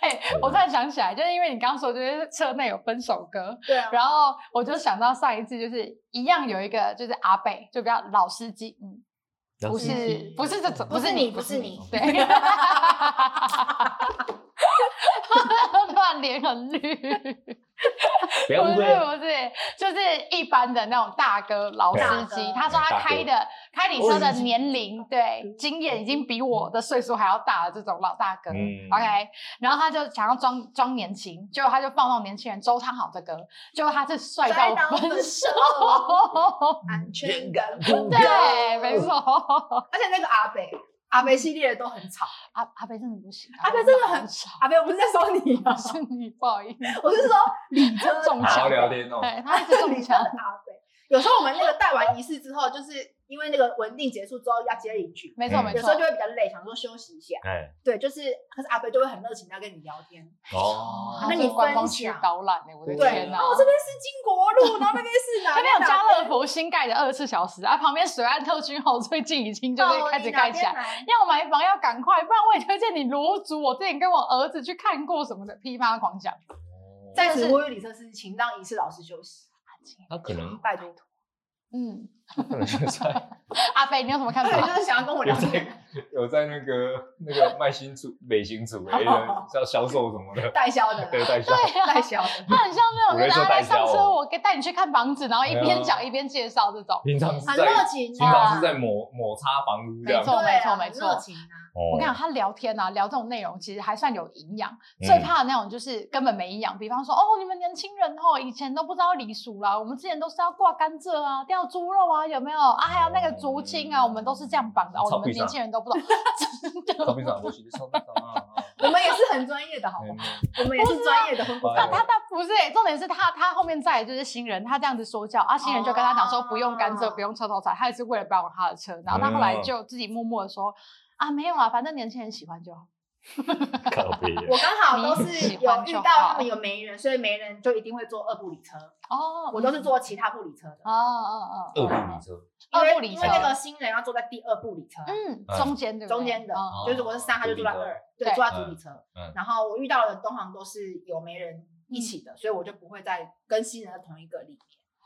Speaker 4: 哎，我突然想起来，就是因为你刚刚说就是车内有分手歌，
Speaker 6: 对啊，
Speaker 4: 然后我就想到上一次就是一样有一个就是阿贝，就比较老司机，嗯，不是不是这种，
Speaker 6: 不是你不是你
Speaker 4: 对。 突然脸很绿，
Speaker 5: 不要
Speaker 4: 不
Speaker 5: 误
Speaker 4: 是
Speaker 5: 会，
Speaker 4: 不是，就是一般的那种大哥老
Speaker 5: 啊
Speaker 4: 司机
Speaker 6: 大哥。
Speaker 4: 他
Speaker 5: 嗯
Speaker 4: 说他开的开你车
Speaker 5: 哦
Speaker 4: 的
Speaker 5: 已经
Speaker 4: 年龄，
Speaker 6: 嗯
Speaker 4: 对，经验已经比我的岁数还要大的这种老大哥
Speaker 5: 嗯
Speaker 4: ，OK。然后他就想要装装年轻，结果他就放那种年轻人周汤豪的歌，结果他是帅
Speaker 6: 摔
Speaker 4: 到
Speaker 6: 到
Speaker 4: 分
Speaker 6: 分
Speaker 4: 手
Speaker 6: 手。安全感不够
Speaker 5: 啊
Speaker 4: 对，没 错。
Speaker 6: 而且那个阿北，阿北系列的都很吵。
Speaker 4: 阿阿北真的不行，
Speaker 6: 阿北真的很
Speaker 4: 吵，
Speaker 6: 阿北，我不是在说你啊，
Speaker 4: 是你不好意思，
Speaker 6: 我是说李车的
Speaker 4: 中
Speaker 5: 好
Speaker 4: 奖
Speaker 5: 好
Speaker 6: 阿
Speaker 5: 聊
Speaker 6: 北，
Speaker 5: 天哦，
Speaker 4: 对他一直
Speaker 6: 这
Speaker 4: 中
Speaker 6: 李呃车的
Speaker 4: 枪，
Speaker 6: 阿北。有时候我们那个带完仪式之后，就是因为那个文定结束之后要接领取，
Speaker 4: 没错
Speaker 5: 嗯
Speaker 4: 没
Speaker 6: 有时
Speaker 4: 错
Speaker 6: 候就，会比较累，想说休息一下。
Speaker 5: 哎，
Speaker 6: 对，就是可是阿北就会很热情的跟你聊天。
Speaker 5: 哦
Speaker 4: 他
Speaker 6: 那
Speaker 4: 是
Speaker 6: 你
Speaker 4: 观
Speaker 6: 分
Speaker 4: 光区
Speaker 6: 享
Speaker 4: 导览欸呢，我的
Speaker 5: 对
Speaker 4: 天哪！
Speaker 6: 哦，这边是金国路，然后那边 是哪？
Speaker 4: 那边有家乐福新盖的二十四小时啊，旁边水岸特区号最近已经就是开始盖起来。
Speaker 6: 来。
Speaker 4: 要买房要赶快，不然我也推荐你罗族。我之前跟我儿子去看过什么的，噼啪狂讲。
Speaker 6: 在此呼吁李车司机，请让仪式老师休息，
Speaker 5: 他可能
Speaker 6: 拜托。
Speaker 4: 嗯，
Speaker 5: 他可能就在。
Speaker 4: 阿北，你有什么看
Speaker 6: 对，
Speaker 4: 法？
Speaker 6: 就是想要跟我聊天。
Speaker 5: 有在那个那个卖新组、美新组 A 的叫销售什么的，
Speaker 6: 代销的啦，
Speaker 5: 对代销，
Speaker 4: 哦对啊
Speaker 6: 代，销的。
Speaker 4: 他很像那种就是
Speaker 5: 我
Speaker 4: 大
Speaker 5: 会说代
Speaker 4: 家在
Speaker 5: 销
Speaker 4: 上车，
Speaker 5: 哦哎
Speaker 4: 我给带你去看房子，然后一边讲一边介绍这种。
Speaker 5: 平常是
Speaker 6: 很热
Speaker 5: 在
Speaker 6: 情、啊，
Speaker 5: 平常是在抹抹擦房屋这样哦
Speaker 4: 没。错
Speaker 6: 对啊
Speaker 4: 没
Speaker 6: 很
Speaker 4: 错
Speaker 6: 热情啊，
Speaker 4: 我
Speaker 5: 我
Speaker 4: 跟你讲，他聊天啊，聊这种内容其实还算有营养。
Speaker 5: 嗯
Speaker 4: 最怕的那种就是根本没营养，比方说哦，你们年轻人哦，以前都不知道礼俗啦，我们之前都是要挂甘蔗啊、吊猪肉啊，有没有啊？还有那个竹青啊，我们都是这样绑的哦，
Speaker 5: 草
Speaker 4: 你
Speaker 5: 地
Speaker 4: 们
Speaker 5: 上
Speaker 4: 年轻人都不懂， 真的。
Speaker 5: 高平长，我其实超平长啊。嗯
Speaker 6: 我们也是很专业的，好吗？我们也是专业的婚顾
Speaker 4: 他
Speaker 5: 啊
Speaker 4: 他他不是、欸，重点是他他后面再来就是新人，他这样子说教啊，新人就跟他讲说不用甘蔗，
Speaker 6: 哦
Speaker 4: 不用车头草，他也是为了保养他的车，然后他后来就自己默默的说啊，没有啊，反正年轻人喜欢就好。
Speaker 5: 靠背，
Speaker 6: 我刚好都是
Speaker 4: 喜
Speaker 6: 有
Speaker 4: 欢
Speaker 6: 遇
Speaker 4: 就好
Speaker 6: 到他们有媒人，所以媒人就一定会坐二部里车，
Speaker 4: 哦，
Speaker 6: 我都是坐其他部里车的，
Speaker 4: 哦哦
Speaker 5: 二
Speaker 4: 哦，
Speaker 5: 部女车，
Speaker 6: 因
Speaker 4: 二
Speaker 6: 为
Speaker 4: 部里
Speaker 6: 因
Speaker 4: 车
Speaker 6: 为，那个新人要坐在第二部里车，
Speaker 4: 嗯，
Speaker 5: 嗯
Speaker 4: 中间对不对
Speaker 6: 中间的
Speaker 4: 哦，
Speaker 6: 就是如果是三，他就坐在二，
Speaker 4: 对
Speaker 6: 对，坐在主里车
Speaker 5: 嗯嗯。
Speaker 6: 然后我遇到的通常都是有媒人一
Speaker 4: 嗯
Speaker 6: 起的，所以我就不会再跟新人的同一个里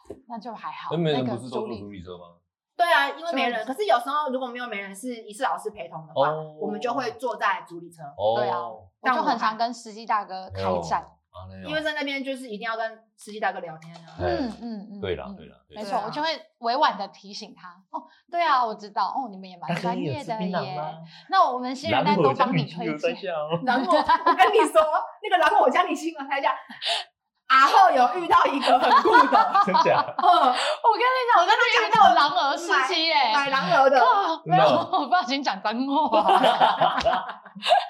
Speaker 6: 面。
Speaker 4: 那就还好。
Speaker 5: 那没人
Speaker 4: 那
Speaker 5: 不
Speaker 4: 个
Speaker 5: 是都
Speaker 4: 朱
Speaker 5: 坐
Speaker 4: 莉
Speaker 5: 主，理车吗？
Speaker 6: 对啊，因为
Speaker 4: 所
Speaker 6: 没
Speaker 4: 以
Speaker 6: 人。可是有时候如果没有媒人是仪式老师陪同的话
Speaker 5: 哦，
Speaker 6: 我们就会坐在主里车。
Speaker 5: 哦，
Speaker 4: 对啊我就很常跟司机大哥开战，
Speaker 5: 啊那样
Speaker 6: 因为在那边就是一定要跟司机大哥聊天啊。
Speaker 5: 哎
Speaker 4: 嗯嗯嗯，
Speaker 5: 对啦
Speaker 4: 嗯
Speaker 5: 对啦，对
Speaker 4: 没
Speaker 5: 啦
Speaker 6: 对
Speaker 4: 错，
Speaker 6: 啊
Speaker 4: 我就会委婉的提醒他。哦，对啊，我知道。哦，你们也蛮专业的耶。？那我们新
Speaker 5: 然
Speaker 4: 人代
Speaker 5: 后
Speaker 4: 都
Speaker 5: 我家
Speaker 4: 帮你
Speaker 5: 女性
Speaker 4: 推
Speaker 5: 有在
Speaker 4: 荐。
Speaker 5: 下哦。
Speaker 6: 然后我跟你说，那个然后我家里新闻台讲，阿后有遇到一个很酷的，
Speaker 5: 真假？
Speaker 6: 嗯，
Speaker 4: 我跟你讲，我真的遇到狼儿司机耶。
Speaker 6: 买狼儿的，
Speaker 4: 啊没有，
Speaker 5: 真的
Speaker 4: 我不小心讲脏话。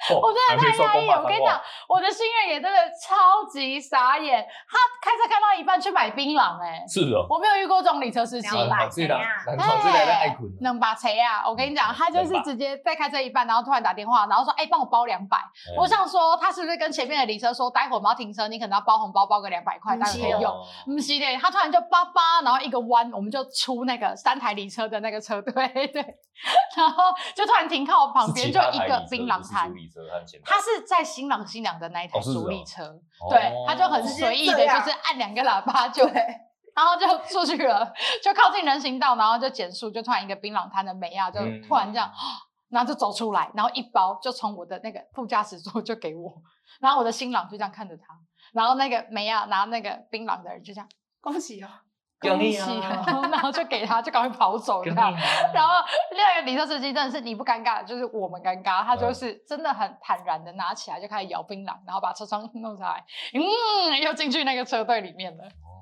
Speaker 5: 我哦
Speaker 4: 我真的太压抑了，我跟你讲，，我的新人也真的超级傻眼，他开车开到一半去买槟榔、哎，
Speaker 5: 是哦，
Speaker 4: 我没有遇过这种理车司机。
Speaker 6: 两百
Speaker 5: 好这啦
Speaker 6: 怎样，
Speaker 5: 难好这来的爱
Speaker 4: 哎
Speaker 5: 捆啊，
Speaker 4: 能把谁啊？我跟你讲，他就
Speaker 5: 能
Speaker 4: 是
Speaker 5: 吧
Speaker 4: 直接在开车一半，然后突然打电话，然后说：“哎、帮我包两百。”我想说，他是不是跟前面的理车说，待会我们要停车，你可能要包红包，包个两百块，
Speaker 6: 嗯
Speaker 4: 待会可以用。
Speaker 5: 哦
Speaker 4: 不是的，他突然就叭叭，然后一个弯，我们就出那个三台离车的那个车队，对， 然后就突然停靠旁边，
Speaker 5: 是
Speaker 4: 就
Speaker 5: 其他
Speaker 4: 一
Speaker 5: 台
Speaker 4: 个
Speaker 5: 里车
Speaker 4: 槟榔
Speaker 5: 不是
Speaker 4: 摊
Speaker 5: 主。理车和前台
Speaker 4: 他是在新郎新娘的那一台
Speaker 5: 哦是
Speaker 4: 主
Speaker 5: 哦
Speaker 4: 力车，
Speaker 5: 哦
Speaker 4: 对，他就很
Speaker 6: 是
Speaker 4: 随意的，
Speaker 6: 这样
Speaker 4: 就是按两个喇叭就， 然后就出去了， 就靠近人行道，然后就减速，就突然一个槟榔摊的美亚就
Speaker 5: 嗯
Speaker 4: 突然这样， 然后就走出来，然后一包就从我的那个副驾驶座就 给我，然后我的新郎就这样看着他，然后那个美亚拿那个槟榔的人就这样
Speaker 6: 恭喜哦，
Speaker 4: 恭
Speaker 3: 奖励
Speaker 4: 喜
Speaker 3: 啊
Speaker 4: 哦，然后就给他，就赶快跑走这
Speaker 3: 跟
Speaker 4: 样。
Speaker 3: 你
Speaker 4: 然后另外一个理车司机真的是你不尴尬，就是我们尴尬。他
Speaker 5: 嗯
Speaker 4: 就是真的很坦然的拿起来就开始摇槟榔，然后把车窗弄下来，嗯，又进去那个车队里面了，
Speaker 5: 哦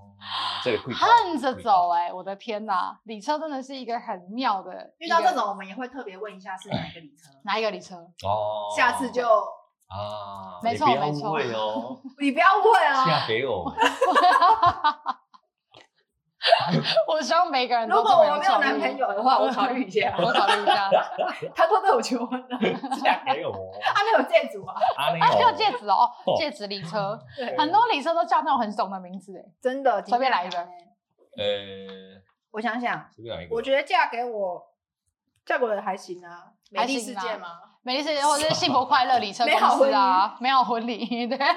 Speaker 5: 这里会
Speaker 4: 恨着走哎、我的天哪，理车真的是一个很妙的一
Speaker 6: 遇
Speaker 4: 个，
Speaker 6: 到这种我们也会特别问一下是哪一个里程，
Speaker 4: 哪一个理车？
Speaker 5: 哦，
Speaker 6: 下次就
Speaker 5: 啊，
Speaker 4: 没
Speaker 5: 你
Speaker 4: 错
Speaker 5: 不要
Speaker 4: 没错
Speaker 5: 误会哦，
Speaker 6: 你不要问哦。
Speaker 5: 嫁给我，
Speaker 4: 我希望每个人都
Speaker 6: 如果我没有
Speaker 4: 这么有创
Speaker 6: 男朋
Speaker 4: 意，
Speaker 6: 友的话， 我考虑一下。
Speaker 4: 我考虑一
Speaker 5: 哦
Speaker 4: 下。
Speaker 6: 他都对我求婚了，
Speaker 5: 嫁给我，
Speaker 6: 啊他没有建筑啊，
Speaker 5: 阿玲
Speaker 4: 啊，还
Speaker 5: 哦
Speaker 4: 有戒指哦，
Speaker 5: 哦
Speaker 4: 戒指理车，
Speaker 6: 对
Speaker 4: 很多理车都叫那种很怂的名字哎，
Speaker 6: 真的。
Speaker 4: 随便来一个
Speaker 6: 今天欸
Speaker 5: 呃，
Speaker 6: 我想想，
Speaker 5: 随便哪一个？
Speaker 6: 我觉得嫁给我，嫁给我的还行啊，美丽世界吗？
Speaker 4: 美丽世界或者是幸福快乐理 车公司啊，美好婚礼， 对，
Speaker 5: 哎
Speaker 4: 啊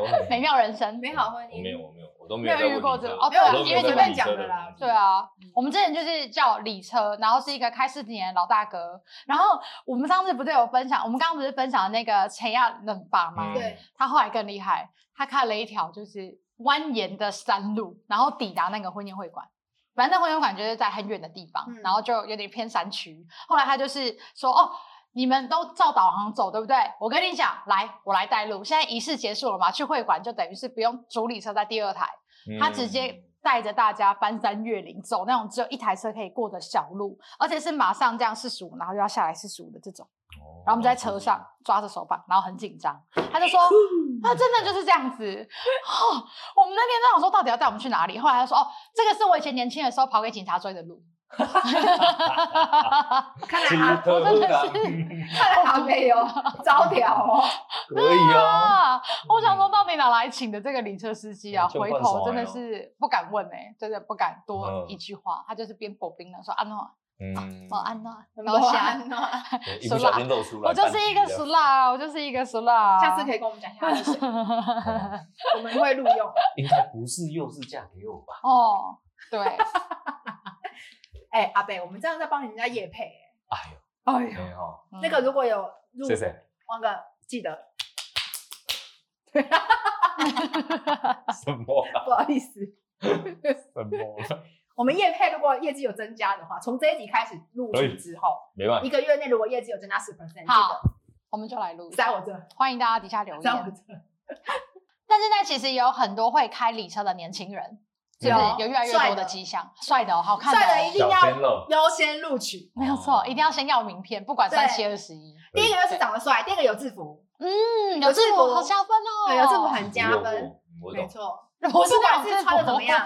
Speaker 5: 我没有
Speaker 4: 美妙人生，
Speaker 6: 美好婚
Speaker 5: 我没有，
Speaker 6: 姻，
Speaker 5: 我没有，我都
Speaker 4: 没
Speaker 5: 没有
Speaker 4: 有遇过这
Speaker 5: 这
Speaker 4: 个
Speaker 5: 个
Speaker 4: 哦，
Speaker 6: 没
Speaker 4: 对
Speaker 6: 有
Speaker 4: 啊
Speaker 6: 我，都
Speaker 4: 因
Speaker 6: 没
Speaker 4: 为
Speaker 6: 有
Speaker 4: 你
Speaker 6: 在
Speaker 4: 们
Speaker 6: 问你讲的啦
Speaker 4: 对，啊，
Speaker 6: 嗯
Speaker 4: 我们之前就是叫李车，然后是一个开四十年的老大哥，然后我们上次不是有分享，我们刚刚不是分享那个陈亚冷爸吗？
Speaker 5: 嗯
Speaker 6: 对，
Speaker 4: 他后来更厉害，他开了一条就是蜿蜒的山路，然后抵达那个婚宴会馆。反正那婚宴会馆就是在很远的地方，
Speaker 6: 嗯
Speaker 4: 然后就有点偏山区。后来他就是说，哦。你们都照导航走，对不对？我跟你讲，来，我来带路。现在仪式结束了嘛，去会馆就等于是不用主理车在第二台，
Speaker 5: 嗯
Speaker 4: 他直接带着大家翻山越岭，走那种只有一台车可以过的小路，而且是马上这样四十五，然后就要下来四十五的这种。
Speaker 5: 哦
Speaker 4: 然后我们就在车上抓着手把，然后很紧张。他就说，他真的就是这样子。哦，我们那天在想说到底要带我们去哪里，后来他说，哦，这个是我以前年轻的时候跑给警察追的路。
Speaker 6: 看
Speaker 5: 金科
Speaker 6: 来阿
Speaker 5: 特
Speaker 4: 我真的
Speaker 5: 朗
Speaker 6: 看来阿妹哦， 招条哦，
Speaker 5: 可以哦，
Speaker 4: 啊！我想说，到底哪来请的这个理车司机啊？
Speaker 5: 就换
Speaker 4: 回
Speaker 5: 手
Speaker 4: 头真的
Speaker 5: 哎呦
Speaker 4: 是不敢问哎、真的不敢多
Speaker 5: 嗯
Speaker 4: 一句话。他就是边薄冰的说：“安诺，
Speaker 5: 嗯
Speaker 4: 哦，安诺，然后
Speaker 6: 罗
Speaker 4: 下
Speaker 6: 安啊，
Speaker 5: 对一不小心露出来，
Speaker 4: 我就是一个俗辣，我就是一个俗辣。
Speaker 6: 下次可以跟我们讲一下是谁，
Speaker 5: 嗯
Speaker 6: 我们会录 用。
Speaker 5: 应该不是又是嫁给我吧？
Speaker 4: 哦， 对，
Speaker 6: 哎，阿贝，我们这样在帮人家夜配欸，
Speaker 5: 哎呦，
Speaker 6: 哎呦，
Speaker 5: 没有，
Speaker 4: 嗯
Speaker 6: 那个如果有入
Speaker 5: 哦谢谢。
Speaker 6: 王哥记得，
Speaker 5: 什么啦？
Speaker 6: 不好意思，
Speaker 5: 什么啊啦？
Speaker 6: 我们业配如果业绩有增加的话，从这一集开始录
Speaker 5: 可
Speaker 6: 取
Speaker 5: 以
Speaker 6: 之后，
Speaker 5: 没办
Speaker 6: 一
Speaker 5: 法，
Speaker 6: 个月内如果业绩有增加十 percent，
Speaker 4: 好，我们就来录一下
Speaker 6: 在我这，
Speaker 4: 欢迎大家底下留言。
Speaker 6: 在我
Speaker 4: 但
Speaker 6: 这，
Speaker 4: 是呢，其实也有很多会开礼车的年轻人，是不是
Speaker 6: 有
Speaker 4: 有越来越
Speaker 6: 帅
Speaker 4: 多的
Speaker 6: 的
Speaker 4: 迹象？帅的哦，好看
Speaker 6: 帅的
Speaker 4: 的
Speaker 6: 一
Speaker 4: 哦，
Speaker 6: 定
Speaker 5: 小鲜
Speaker 6: 要
Speaker 5: 肉，
Speaker 6: 优先录取。
Speaker 4: 没有错，一定要先要名片，不管
Speaker 6: 对
Speaker 4: 三七二十一。
Speaker 6: 第一个就是长得帅，第二个有制服，
Speaker 4: 嗯，
Speaker 6: 有
Speaker 4: 有制
Speaker 6: 制
Speaker 4: 服
Speaker 6: 服
Speaker 4: 好加分哦，
Speaker 6: 对，有制服很加
Speaker 5: 有
Speaker 6: 分，，
Speaker 5: 我
Speaker 6: 没
Speaker 5: 懂。
Speaker 6: 错。
Speaker 4: 不是那
Speaker 6: 管
Speaker 4: 种
Speaker 6: 是
Speaker 4: 制服
Speaker 6: 穿的怎么 样，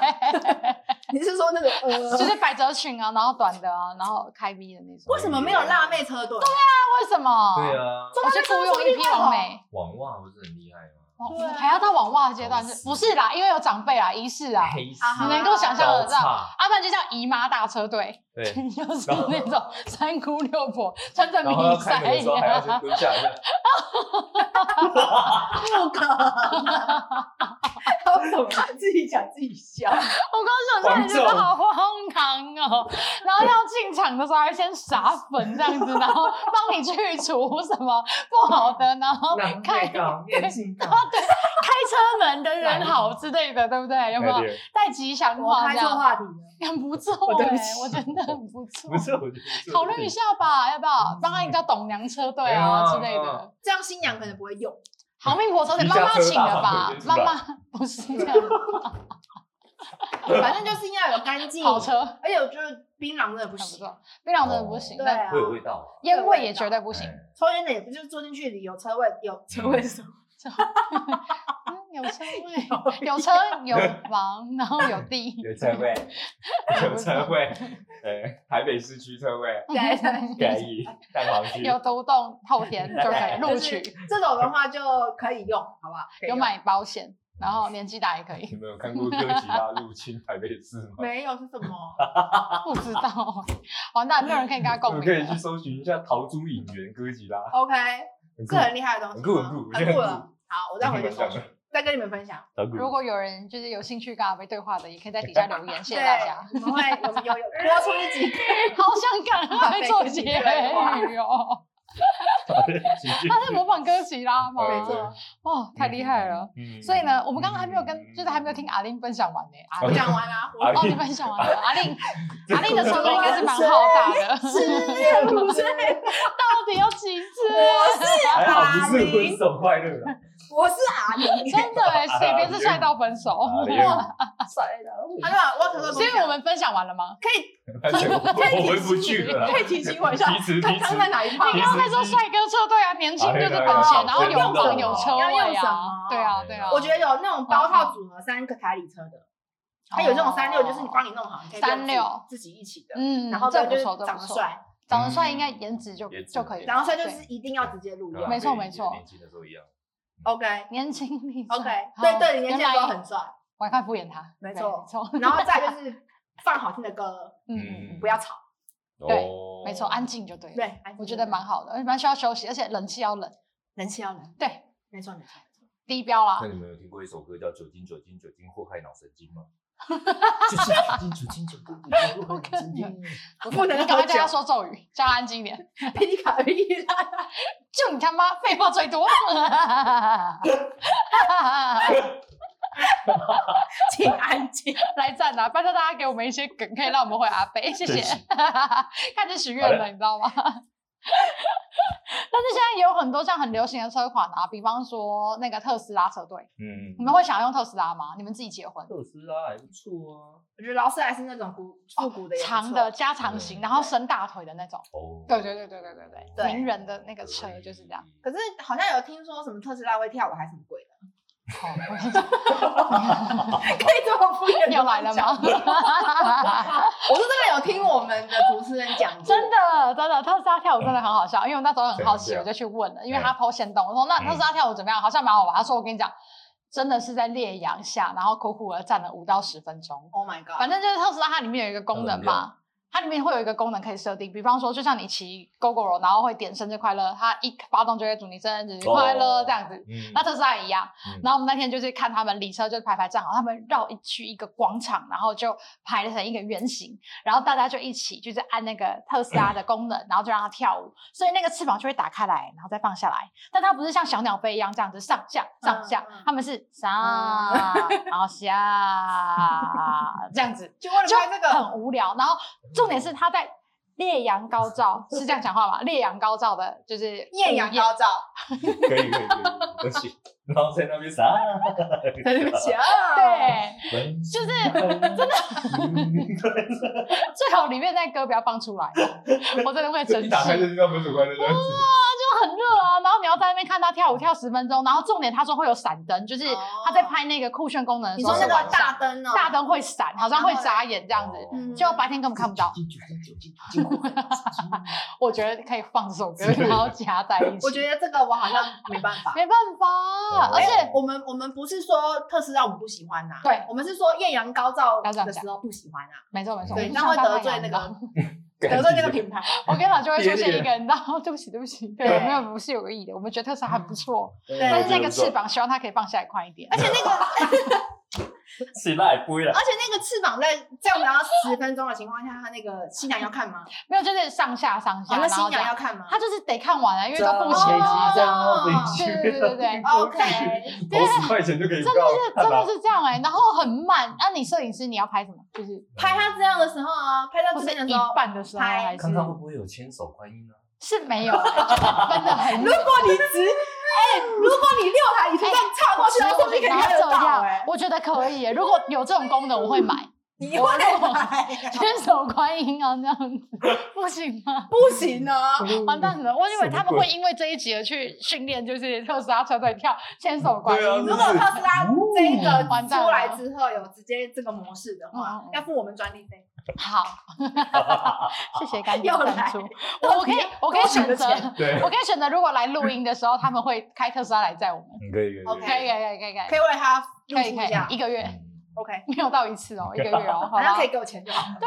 Speaker 6: 你是说那个呃，
Speaker 4: 就是百褶裙啊，然后短的啊，然后开 V 的那种。
Speaker 6: 为什么没有辣妹车队？
Speaker 4: 那为什么？
Speaker 5: 对，啊，
Speaker 4: 我去雇佣一批完美。
Speaker 5: 网袜不是很厉害吗？
Speaker 4: 哦
Speaker 6: 对啊
Speaker 4: 还要到网袜的阶段
Speaker 5: 懂
Speaker 4: 是
Speaker 5: 事
Speaker 4: 不是啦？因为有长辈啦，仪式啊，
Speaker 5: 黑丝
Speaker 4: 你
Speaker 6: 啊
Speaker 4: 能够想象得
Speaker 5: 交
Speaker 4: 到。
Speaker 5: 叉，
Speaker 4: 阿曼就像姨妈大车队，
Speaker 5: 对，
Speaker 4: 就是那种三姑六婆穿着
Speaker 5: 然后要
Speaker 4: 迷
Speaker 5: 开门的时候还要先
Speaker 4: 彩，啊
Speaker 5: 蹲下一 下，
Speaker 6: 不可能！他为什么自己讲自己笑？
Speaker 4: 我刚想象你觉得好荒唐哦，然后要进场的时候还先撒粉这样子，然后帮你去除什么不好的，然后
Speaker 3: 那
Speaker 4: 开
Speaker 3: 太高，面镜高，
Speaker 4: 开车门人人好之类的，对不对？有没有
Speaker 5: 对
Speaker 4: 带吉祥
Speaker 6: 我
Speaker 4: 话
Speaker 6: 开
Speaker 4: 这
Speaker 6: 错
Speaker 4: 样？
Speaker 6: 话题了，
Speaker 4: 很不错
Speaker 5: 哦对
Speaker 4: 哎、
Speaker 5: 不起
Speaker 4: 我觉得很不错
Speaker 5: 不。是，我觉得
Speaker 4: 考虑一下吧，要不要帮他叫董娘车
Speaker 5: 哎
Speaker 4: 队啊
Speaker 3: 嗯
Speaker 4: 之类
Speaker 3: 嗯
Speaker 4: 的？
Speaker 6: 这样新娘可能不会用。
Speaker 4: 好命婆车队，
Speaker 5: 你
Speaker 4: 妈
Speaker 5: 家
Speaker 4: 妈
Speaker 5: 车
Speaker 4: 请
Speaker 5: 大
Speaker 4: 了
Speaker 5: 吗
Speaker 4: 吧
Speaker 5: 对？是
Speaker 4: 妈
Speaker 5: 吧
Speaker 4: 妈不是这 样，
Speaker 5: 啊
Speaker 6: 反正就是要有干净，
Speaker 4: 跑车
Speaker 6: 而且我觉得槟榔真的不
Speaker 4: 很不
Speaker 6: 行，
Speaker 4: 错，槟榔真
Speaker 5: 哦
Speaker 4: 的不行，
Speaker 6: 对
Speaker 4: 但
Speaker 6: 啊
Speaker 3: 会，有味道啊。
Speaker 4: 烟味也绝对不行。
Speaker 3: 哎
Speaker 6: 抽烟的也不就是坐进去里有车位，有车位什么？
Speaker 4: 嗯有 车位，有车有房，然后有地，
Speaker 5: 有车 位，有车位，对，台北市区车 位
Speaker 6: 对对
Speaker 5: 可以，蛋黄区
Speaker 4: 有独栋后天就可以录取，
Speaker 6: 就是这种的话就可以用，好不好？可以
Speaker 4: 有
Speaker 6: 用
Speaker 4: 买保险，然后年纪大也可以
Speaker 5: 你，们有看过哥吉拉 入侵台北市吗？
Speaker 6: 没有是什么？啊
Speaker 4: 不知道， 完蛋，没有人可以跟他共
Speaker 5: 我可以
Speaker 4: 鸣
Speaker 5: 去
Speaker 4: 了。
Speaker 5: 搜寻一下逃珠影园哥吉拉，
Speaker 6: OK，
Speaker 5: 很酷
Speaker 6: 是，很厉害的东西
Speaker 5: 很
Speaker 6: 吗，
Speaker 5: 酷很酷
Speaker 6: 很酷
Speaker 5: 我觉得很
Speaker 6: 了。好，我再回去搜
Speaker 5: 很
Speaker 6: 寻，再跟你们分享。
Speaker 5: 很酷
Speaker 4: 如果有人就是有兴趣跟阿贝对话的，也可以在底下留言，谢谢大家。
Speaker 6: 对我们会有有有播出一集，
Speaker 4: 好想赶快做结语哦！ 他在模仿哥吉拉吗？
Speaker 6: 没错，
Speaker 4: 哦，太厉害了！
Speaker 5: 嗯
Speaker 4: 所以呢，我们刚刚还没有跟，就是还没有听阿玲分享完呢。阿
Speaker 6: 我
Speaker 4: 玲，
Speaker 6: 讲完啦。我
Speaker 5: 阿
Speaker 4: 哦，
Speaker 5: 玲
Speaker 4: 你分 享完了。阿玲，
Speaker 5: 这
Speaker 4: 阿玲的车队应该是蛮浩大的，
Speaker 6: 失恋不是，
Speaker 4: 到底有几次啊？
Speaker 5: 还好不
Speaker 6: 阿
Speaker 5: 是
Speaker 6: 玲
Speaker 5: 分手快乐啦，
Speaker 6: 我是阿玲，
Speaker 4: 真的哎，谁别是帅到分手？
Speaker 5: 阿玲
Speaker 3: 帅的，
Speaker 6: 他说啊我可能
Speaker 4: 所以我们分享完了 吗？
Speaker 5: 我回不去了啦，
Speaker 6: 可以提醒我一下，
Speaker 5: 提词
Speaker 6: 刚
Speaker 5: 提词
Speaker 6: 刚在哪一趴？
Speaker 4: 你刚刚在啊说帅哥车队啊，年轻就是本钱，然后有房有车位啊，对啊对啊。
Speaker 6: 我觉得有那种包套组合三个台里车的，他有这种三六，就是你帮你弄好，你可以不用自己
Speaker 4: 36
Speaker 6: 自己一起的，
Speaker 4: 哦嗯，
Speaker 6: 然后
Speaker 4: 这
Speaker 6: 再就
Speaker 4: 不
Speaker 6: 是
Speaker 4: 错，这
Speaker 6: 长
Speaker 4: 不
Speaker 6: 得
Speaker 4: 错。
Speaker 6: 帅，
Speaker 4: 长得帅应该颜值就
Speaker 5: 嗯颜值
Speaker 4: 就可以了，
Speaker 6: 长得帅就
Speaker 4: 对
Speaker 6: 是一定要直接录
Speaker 5: 对啊
Speaker 6: 用
Speaker 4: 没错
Speaker 5: 跟
Speaker 4: 没
Speaker 5: 你
Speaker 4: 错
Speaker 5: 年轻的时候一样，
Speaker 6: ，OK
Speaker 4: 年轻力壮
Speaker 6: OK，
Speaker 4: 好
Speaker 6: 对对，年轻
Speaker 4: 原
Speaker 6: 的
Speaker 4: 来
Speaker 6: 时候很 帅，
Speaker 4: 我还快敷衍他，
Speaker 6: 没
Speaker 4: 对
Speaker 6: 错
Speaker 4: 没错，
Speaker 6: 然后再就是放好听的歌，
Speaker 4: 嗯，
Speaker 6: 不要吵，
Speaker 4: 对
Speaker 5: 哦
Speaker 4: 没错，安静就对了，
Speaker 6: 对安静
Speaker 4: 我觉
Speaker 6: 就
Speaker 4: 得
Speaker 6: 对
Speaker 4: 蛮好的，而且蛮需要休息，而且冷气要冷，
Speaker 6: 人气要人，
Speaker 4: 对，
Speaker 6: 没错没错，
Speaker 4: 低标啦
Speaker 5: 那，你们有听过一首歌叫《酒精酒精酒精祸害脑神经》吗？就是酒精酒精酒精酒精祸害脑神经。
Speaker 4: 不
Speaker 6: 不能
Speaker 4: 你赶快
Speaker 6: 喝
Speaker 4: 对他
Speaker 6: 酒
Speaker 4: 说咒语，叫他安静一 点，
Speaker 6: 噼里卡噼里啦，
Speaker 4: 就你他妈废话最多，
Speaker 6: 请安静，
Speaker 4: 来赞啊！拜托大家给我们一些梗，可以让我们回阿北，谢谢
Speaker 5: 真是。
Speaker 4: 看见许愿
Speaker 5: 好
Speaker 4: 了，你知道吗？ 但是现在也有很多像很流行的车款啊，比方说那个特斯拉车队，
Speaker 5: 嗯
Speaker 4: 你们会想要用特斯拉吗？你们自己结婚？
Speaker 5: 特斯拉还不错啊。
Speaker 6: 我觉得劳斯莱斯那种古复古的也不
Speaker 4: 哦
Speaker 6: 错
Speaker 4: 长的，加长型，然后伸大腿的那种。
Speaker 5: 哦，
Speaker 4: 对对对对对对对，
Speaker 6: 对
Speaker 4: 名人的那个车就是这样。。
Speaker 6: 可是好像有听说什么特斯拉会跳舞还是什么鬼的，
Speaker 4: 哦
Speaker 6: 可以这么敷衍地
Speaker 4: 又来了
Speaker 6: 讲
Speaker 4: 吗？
Speaker 6: 我是真的有听我们的主持人讲过，
Speaker 4: 真的真的，特斯拉跳舞真的很好笑，因为我那时候很好奇，
Speaker 5: 对啊对啊
Speaker 4: 我就去问了，因为他抛线动，我说那特斯拉跳舞怎么样？好像蛮好玩。他说我跟你讲，真的是在烈阳下，然后苦苦的站了五到十分钟。
Speaker 6: ，Oh my god，
Speaker 4: 反正就是特斯拉它里面有一个功能
Speaker 5: 它能
Speaker 4: 嘛，它里面会有一个功能可以设定，比方说就像你骑 GoGo 然后会点生日快乐，它一发动就会祝你生日快乐
Speaker 5: 哦
Speaker 4: 这样子。
Speaker 5: 嗯
Speaker 4: 那特斯拉也一样
Speaker 5: 嗯，
Speaker 4: 然后我们那天就是看他们礼车就排排站好，他们绕一去一个广场，然后就排成一个圆形，然后大家就一起就是按那个特斯拉的功能，然后就让它跳舞，所以那个翅膀就会打开来，然后再放下来。但它不是像小鸟飞一样这样子上下上下
Speaker 6: 嗯嗯，
Speaker 4: 他们是上
Speaker 6: 嗯
Speaker 4: 然后 下这样子，
Speaker 6: 就为了
Speaker 4: 就
Speaker 6: 拍这个，
Speaker 4: 很无聊。然后重点是他在烈阳高照，是这样讲话吗？烈阳高照的就是
Speaker 6: 艳阳高照，
Speaker 5: 可以可以可以，而且然后在那边啥？
Speaker 6: 对不起啊，
Speaker 4: 对，
Speaker 5: 就是
Speaker 4: 真
Speaker 5: 的。嗯
Speaker 4: 最好里面那歌不要放出 来，我真的会生
Speaker 5: 一
Speaker 4: 气。
Speaker 5: 打开就听到分手快乐这样子。
Speaker 4: 哦就很热啊，然后你要在那边看他跳舞跳十分钟，然后重点他说会有闪灯，就是
Speaker 6: 哦
Speaker 4: 他在拍那个酷炫功能的
Speaker 6: 你
Speaker 4: 时候
Speaker 6: 说
Speaker 4: 是
Speaker 6: 那
Speaker 4: 晚
Speaker 6: 个
Speaker 4: 上，
Speaker 6: 大灯哦，
Speaker 4: 大灯会闪，好像会眨眼这样子。
Speaker 5: 哦
Speaker 6: 嗯
Speaker 4: 结果白天根本看不到，我觉得可以放这首歌，然后加在一起。
Speaker 6: 我觉得这个我好像没办法。
Speaker 4: 没办
Speaker 5: 哦
Speaker 4: 法，啊而且
Speaker 6: 我们我们不是说特斯拉我们不喜欢呐、
Speaker 4: 对
Speaker 6: 我们是说艳阳高照
Speaker 4: 要这样
Speaker 6: 的时候不喜欢啊，
Speaker 4: 没错没错，
Speaker 6: 对，
Speaker 4: 我
Speaker 6: 这
Speaker 4: 们
Speaker 6: 样会
Speaker 4: 上班
Speaker 6: 得罪
Speaker 4: 太
Speaker 6: 那
Speaker 4: 阳
Speaker 6: 个
Speaker 4: 了
Speaker 6: 得罪那个品牌。
Speaker 4: 我跟你讲，就会出
Speaker 5: 别
Speaker 4: 现一
Speaker 5: 人
Speaker 4: 个人，然后对不起，对 不起，对，
Speaker 6: 对
Speaker 4: 没有不是有意的，我们觉得特斯拉还不错，
Speaker 5: 嗯对
Speaker 4: 但是那个翅，膀希望它可以放下来快一点
Speaker 6: 而。且那个，
Speaker 5: 谁拉也不会啦
Speaker 4: 啊
Speaker 6: 而。且那个翅膀在在我们要十分钟的情况下，它那个新娘要看吗？
Speaker 4: 没有，就是上下上下，
Speaker 6: 哦，那
Speaker 4: 然后
Speaker 6: 新
Speaker 4: 这
Speaker 6: 娘要
Speaker 4: 样，
Speaker 6: 看吗？
Speaker 4: 他就是得看完了，啊因为到付
Speaker 6: 这
Speaker 4: 钱
Speaker 6: 样
Speaker 4: 机
Speaker 6: 哦
Speaker 4: 这样。
Speaker 5: 这样
Speaker 4: 对对对对 对，
Speaker 6: OK，
Speaker 5: 投十块钱就可以
Speaker 4: 啊真
Speaker 5: 到
Speaker 4: 的是真
Speaker 5: 看
Speaker 4: 的
Speaker 5: 啊
Speaker 4: 是这样哎、然后很慢。那、你摄影师你要拍什么？就是
Speaker 6: 拍他这样的时候啊，拍到
Speaker 4: 不
Speaker 6: 这
Speaker 4: 是
Speaker 6: 边的
Speaker 4: 一
Speaker 6: 时候，
Speaker 4: 半的时候
Speaker 6: 拍
Speaker 4: 还是
Speaker 5: 看看会不会有千手观音呢？
Speaker 4: 是没有，分的 很。
Speaker 6: 如果你直，哎，如果你六台椅子这样插过去，然后说不定可以看得到，哎，
Speaker 4: 啊我觉得可以、欸。如果有这种功能，我会买。
Speaker 6: 你会来，
Speaker 4: 千手观音啊，这样子不行吗？
Speaker 6: 不行啊，
Speaker 4: 完蛋了！我以为他
Speaker 5: 什么
Speaker 4: 们
Speaker 5: 鬼
Speaker 4: 会因为这一集而去训练，就是特斯拉车队跳千手观
Speaker 5: 对啊
Speaker 4: 音。
Speaker 5: 是
Speaker 6: 如果特斯拉这个
Speaker 4: 哦完蛋了
Speaker 6: 出来之后有直接这个模式的话
Speaker 4: 嗯嗯嗯，
Speaker 6: 要付我们专利费。
Speaker 4: 好， 谢谢干爹
Speaker 6: 又来
Speaker 4: 赞助。我我可以我可以选择，
Speaker 6: 多省的钱
Speaker 5: 对
Speaker 4: 我可以选择，如果来录音的时候，他们会开特斯拉来载我们。
Speaker 5: 你嗯可以可以
Speaker 6: OK
Speaker 4: 可以可以可以
Speaker 6: 可以为他
Speaker 4: 可以可以可
Speaker 6: 露出价
Speaker 4: 以，一个月
Speaker 5: 嗯
Speaker 6: OK，
Speaker 4: 没有到一次哦，一个月 哦，好
Speaker 6: 反正
Speaker 4: 吧
Speaker 6: 可以。给我钱就好了。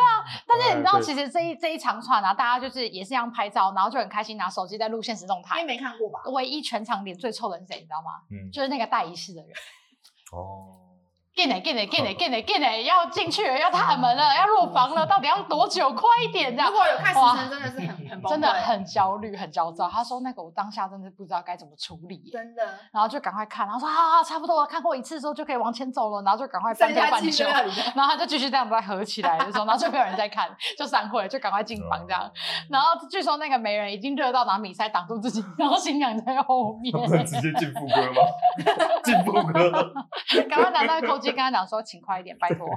Speaker 4: 但是你知道，
Speaker 5: 对
Speaker 4: 其实这一这一长串啊，大家就是也是这样拍照，然后就很开心拿手机在录现实动
Speaker 6: 因为
Speaker 4: 态。
Speaker 6: 没看过吧？
Speaker 4: 唯一全场脸最臭的是谁，你知道吗？
Speaker 5: 嗯
Speaker 4: 就是那个戴仪式的人。
Speaker 5: 哦，
Speaker 4: 进来，进来，进来，进来，进
Speaker 5: 嗯
Speaker 4: 来！要进去了，要踏门了，要入房了，到底要多久？快一点！这
Speaker 6: 如
Speaker 5: 嗯
Speaker 4: 样
Speaker 6: 果有看时辰，真的是很 很崩溃
Speaker 4: 啊真的很焦虑，很焦躁。他说：“那个我当下真的不知道该怎么处理耶。
Speaker 6: 真的”。
Speaker 4: 然后就赶快看，然后说：“好好，差不多了，看过一次之后就可以往前走了。”然后就赶快翻
Speaker 6: 剩
Speaker 4: 掉
Speaker 6: 下
Speaker 4: 半
Speaker 6: 气
Speaker 4: 球
Speaker 6: 氛，里面，
Speaker 4: 然后他就继续这样子再合起来的时候，然后就没有人在看，就散会了，就赶快进房这
Speaker 5: 哦
Speaker 4: 样。然后据说那个媒人已经热到拿米塞挡住自己，然后新娘在后面，
Speaker 5: 不能哦直接进副歌吗？ 进副歌，
Speaker 4: 赶快拿那个扣机跟他讲说：“请快一点，拜托。”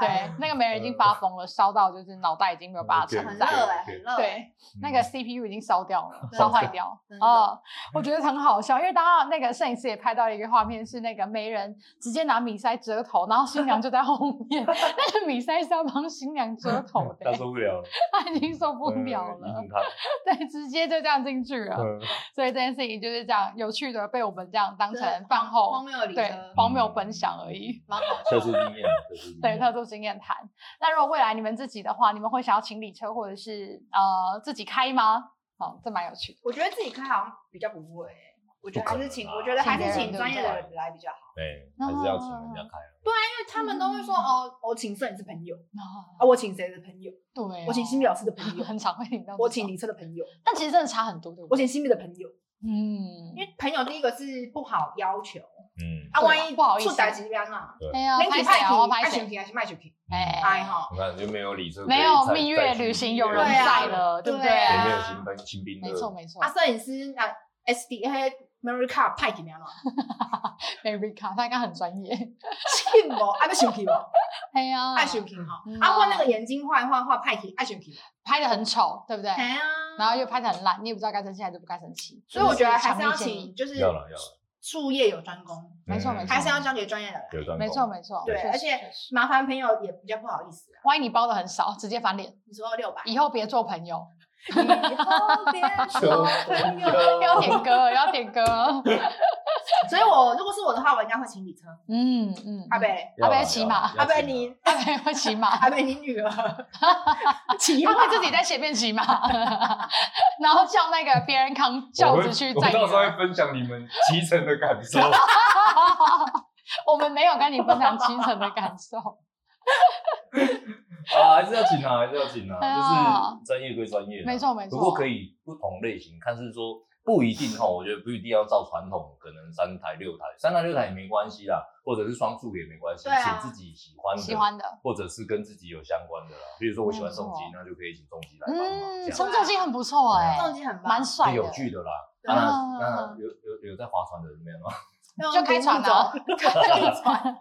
Speaker 4: 对，那个媒人已经发疯了，烧到就是脑袋已经没有办法
Speaker 5: OK
Speaker 4: 承
Speaker 6: 很
Speaker 4: 载。
Speaker 6: 热哎，很热。，
Speaker 4: 对，
Speaker 5: 嗯
Speaker 4: 那个 CPU 已经烧掉了，
Speaker 6: 真的
Speaker 4: 烧坏掉
Speaker 6: 真。的
Speaker 4: 哦，我觉得很好笑，因为当然那个摄影师也拍到了一个画面，是那个媒人直接拿米塞折头，然后新娘就在后面，那个米塞是要帮新娘折头的
Speaker 5: 他，受不了了，
Speaker 4: 他已 经受不了
Speaker 5: 嗯
Speaker 4: 了
Speaker 5: 引，他
Speaker 4: 对，直接就这样进去了。
Speaker 5: 嗯
Speaker 4: 所以这件事情就是这样有趣的被我们这样当成
Speaker 6: 真
Speaker 4: 饭
Speaker 6: 荒
Speaker 4: 后
Speaker 6: 谬里
Speaker 4: 对
Speaker 6: 的，嗯
Speaker 4: 荒谬分享而已。
Speaker 6: 蛮好
Speaker 5: 特殊经验，特殊经验
Speaker 4: 对特殊经验谈。那如果未来你们自己的话，你们会想要请理车或者是呃自己开吗？哦，这蛮有趣的。
Speaker 6: 我觉得自己开好像比较不会欸，我觉得还是请，
Speaker 5: 不可能啊
Speaker 6: 我觉得还是
Speaker 4: 请别
Speaker 6: 请
Speaker 4: 人
Speaker 6: 专业的
Speaker 5: 对不
Speaker 6: 人来比较好，
Speaker 5: 对，还是要请人
Speaker 4: 哦
Speaker 5: 家开啊。
Speaker 6: 因为他们都会说
Speaker 4: 嗯
Speaker 6: 哦，我请摄影师朋友，
Speaker 4: 哦，
Speaker 6: 啊，我请谁的朋友，
Speaker 4: 对哦，
Speaker 6: 啊我请心理老师的朋友，
Speaker 4: 很常会听到。
Speaker 6: 我请，李策的朋友，
Speaker 4: 但其实真的差很多，对不
Speaker 6: 我
Speaker 4: 对？
Speaker 6: 请新密的朋友，
Speaker 4: 嗯
Speaker 6: 因，为朋友第一个是不好要求
Speaker 5: 嗯，
Speaker 4: 对啊
Speaker 6: 啊，万一
Speaker 4: 不好意思
Speaker 6: 出代志安啊，
Speaker 4: 哎呀，
Speaker 6: 恁
Speaker 4: 拍
Speaker 6: 是
Speaker 4: 谁啊？我
Speaker 6: 派
Speaker 4: 拍
Speaker 6: 去，爱
Speaker 4: 谁？
Speaker 6: 去还是卖去去？
Speaker 4: 哎
Speaker 6: 哎哈，
Speaker 5: 我看就没有理这个
Speaker 4: 没有蜜月旅行有人
Speaker 6: 对啊
Speaker 4: 在了，对不对？
Speaker 6: 对
Speaker 5: 也
Speaker 6: 啊
Speaker 5: 没有新兵新兵的，
Speaker 4: 没错没错
Speaker 6: 啊，摄影师啊，S D 那 Mary Car 派去安嘛，
Speaker 4: 哎，Erica 他应该很专业。
Speaker 6: 信无啊爱要生 气无，
Speaker 4: 哎呀，
Speaker 6: 爱生气哈
Speaker 4: 嗯，
Speaker 6: 啊，我那个眼睛坏坏坏派去爱生气，
Speaker 4: 拍的很丑，对不对？
Speaker 6: 哎呀，
Speaker 4: 然后又拍的很烂，你也不知道该生气还是不该生气。
Speaker 6: 所以我觉得还
Speaker 4: 强
Speaker 6: 是
Speaker 4: 烈
Speaker 6: 要
Speaker 4: 建议
Speaker 6: 请，就是
Speaker 5: 要了要了，
Speaker 6: 术业有专攻，
Speaker 4: 没错
Speaker 5: 嗯
Speaker 4: 没错
Speaker 6: 还是要交给专业的来。
Speaker 5: 有专
Speaker 4: 没
Speaker 5: 攻
Speaker 4: 错没错，
Speaker 6: 对，
Speaker 4: 确实
Speaker 6: 而且
Speaker 4: 确实
Speaker 6: 麻烦朋友也比较不好意思啊。
Speaker 4: 万一你包的很少，直接翻脸，
Speaker 6: 你说 六百，
Speaker 4: 以后别做朋 友。
Speaker 6: 哦以
Speaker 4: 哦
Speaker 6: 后别说朋友。
Speaker 4: 要点歌，要点歌。
Speaker 6: 所以我如果是我的话，我应该会请你车。
Speaker 4: 嗯嗯，
Speaker 6: 阿，北，
Speaker 5: 要
Speaker 4: 阿
Speaker 5: 啦
Speaker 4: 北骑马
Speaker 5: 要啦要
Speaker 6: 阿北
Speaker 5: 骑马
Speaker 6: 你，
Speaker 4: 阿北会骑马，
Speaker 6: 阿北你 女儿，骑
Speaker 4: 他
Speaker 6: 马
Speaker 4: 会自己在前面骑马， 然后叫那个别人扛轿
Speaker 5: 我
Speaker 4: 子
Speaker 5: 会
Speaker 4: 去
Speaker 5: 我
Speaker 4: 载你啊
Speaker 5: 到时候
Speaker 4: 们。
Speaker 5: 会分享你们骑乘的感受。
Speaker 4: 我们没有跟你分享清晨的感 受，
Speaker 5: 啊，还是要请啊，还是要请
Speaker 4: 哎呀
Speaker 5: 啊，就是专业归专业啊，
Speaker 4: 没错没错
Speaker 5: 不过可以不同类型，看是说不一定哈，我觉得不一定要照传统，可能三台六台，三台六台也没关系啦，或者是双数也没关系，
Speaker 6: 对啊
Speaker 5: 请自己喜欢的，
Speaker 4: 喜欢的。
Speaker 5: 或者是跟自己有相关的啦。比如说我喜欢重击
Speaker 4: 没，
Speaker 5: 那就可以请重击来帮忙，
Speaker 4: 嗯，
Speaker 5: 这
Speaker 4: 陈总机很不错哎，
Speaker 6: 动机很棒
Speaker 4: 蛮，帅
Speaker 5: 样
Speaker 4: 的，
Speaker 5: 有趣的啦。
Speaker 6: 对
Speaker 5: 啊
Speaker 4: 啊
Speaker 5: 那那有有有在划船的人没有吗？
Speaker 4: 就开船啊，
Speaker 6: 开船，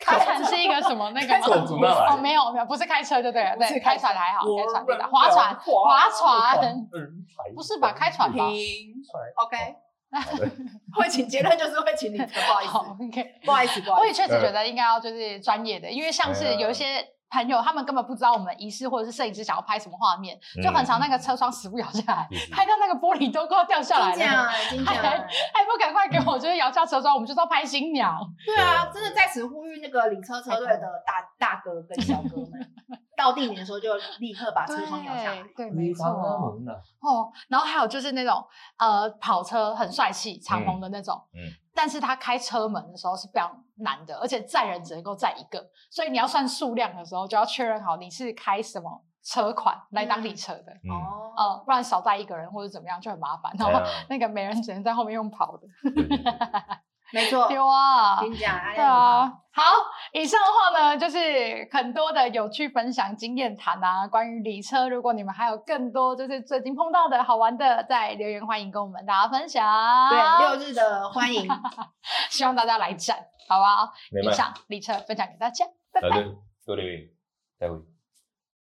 Speaker 4: 开船是一个什么那个
Speaker 6: 开
Speaker 5: 船不是
Speaker 4: 吗？哦，没有没有，不是开车就对了，
Speaker 6: 不是
Speaker 4: 对，
Speaker 6: 开
Speaker 4: 开
Speaker 6: 车
Speaker 4: 船还好，开船对的，划船划 船，
Speaker 5: 嗯，
Speaker 4: 不是吧？开船吧？
Speaker 6: 停，OK。
Speaker 5: 好的
Speaker 6: 会请结论就是会请你车，不好意 思，
Speaker 4: 好，OK。
Speaker 6: 不好意思，不好
Speaker 4: 我
Speaker 6: 意
Speaker 4: 也
Speaker 6: 思。
Speaker 4: 确实觉得应该要就是专业的，因为像
Speaker 5: 哎
Speaker 4: 是有一些朋友，他们根本不知道我们仪式或者是摄影师想要拍什么画面，就很常那个车窗死不摇下来，
Speaker 5: 嗯
Speaker 4: 拍到那个玻璃都快要掉下来
Speaker 6: 金
Speaker 4: 了，
Speaker 6: 奖，金
Speaker 4: 还
Speaker 6: 奖，
Speaker 4: 还不赶快给我就是摇下车窗，我们就是要拍新娘。嗯
Speaker 6: 对啊，真的在此呼吁那个领车车队的大大哥跟小哥们，到地点的时候就立刻把车窗摇下来。
Speaker 4: 对对，没
Speaker 5: 你常常
Speaker 4: 错。
Speaker 5: 门的，
Speaker 4: 哦，然后还有就是那种呃跑车很帅气，长虹的那种。
Speaker 5: 嗯嗯
Speaker 4: 但是他开车门的时候是非常难的，而且载人只能够载一个，所以你要算数量的时候就要确认好你是开什么车款来当你车的，
Speaker 5: 嗯，
Speaker 6: 哦，
Speaker 4: 呃，不然少载一个人或者怎么样就很麻烦。然
Speaker 5: 对
Speaker 4: 后
Speaker 5: 啊
Speaker 4: 那个每人只能在后面用跑的，
Speaker 5: 对对对
Speaker 6: 没错，
Speaker 4: 丢啊！
Speaker 6: 跟你讲，哎阿
Speaker 4: 对啊，好，以上的话呢，就是很多的有趣分享、经验谈啊，关于理车，如果你们还有更多就是最近碰到的好玩的，在留言欢迎跟我们大家分享。
Speaker 6: 对，六日的 欢迎，
Speaker 4: 希望大家来战，好不好？
Speaker 5: 明
Speaker 4: 以
Speaker 5: 白。
Speaker 4: 上理车分享给大家。
Speaker 5: 来，对，各位，待会。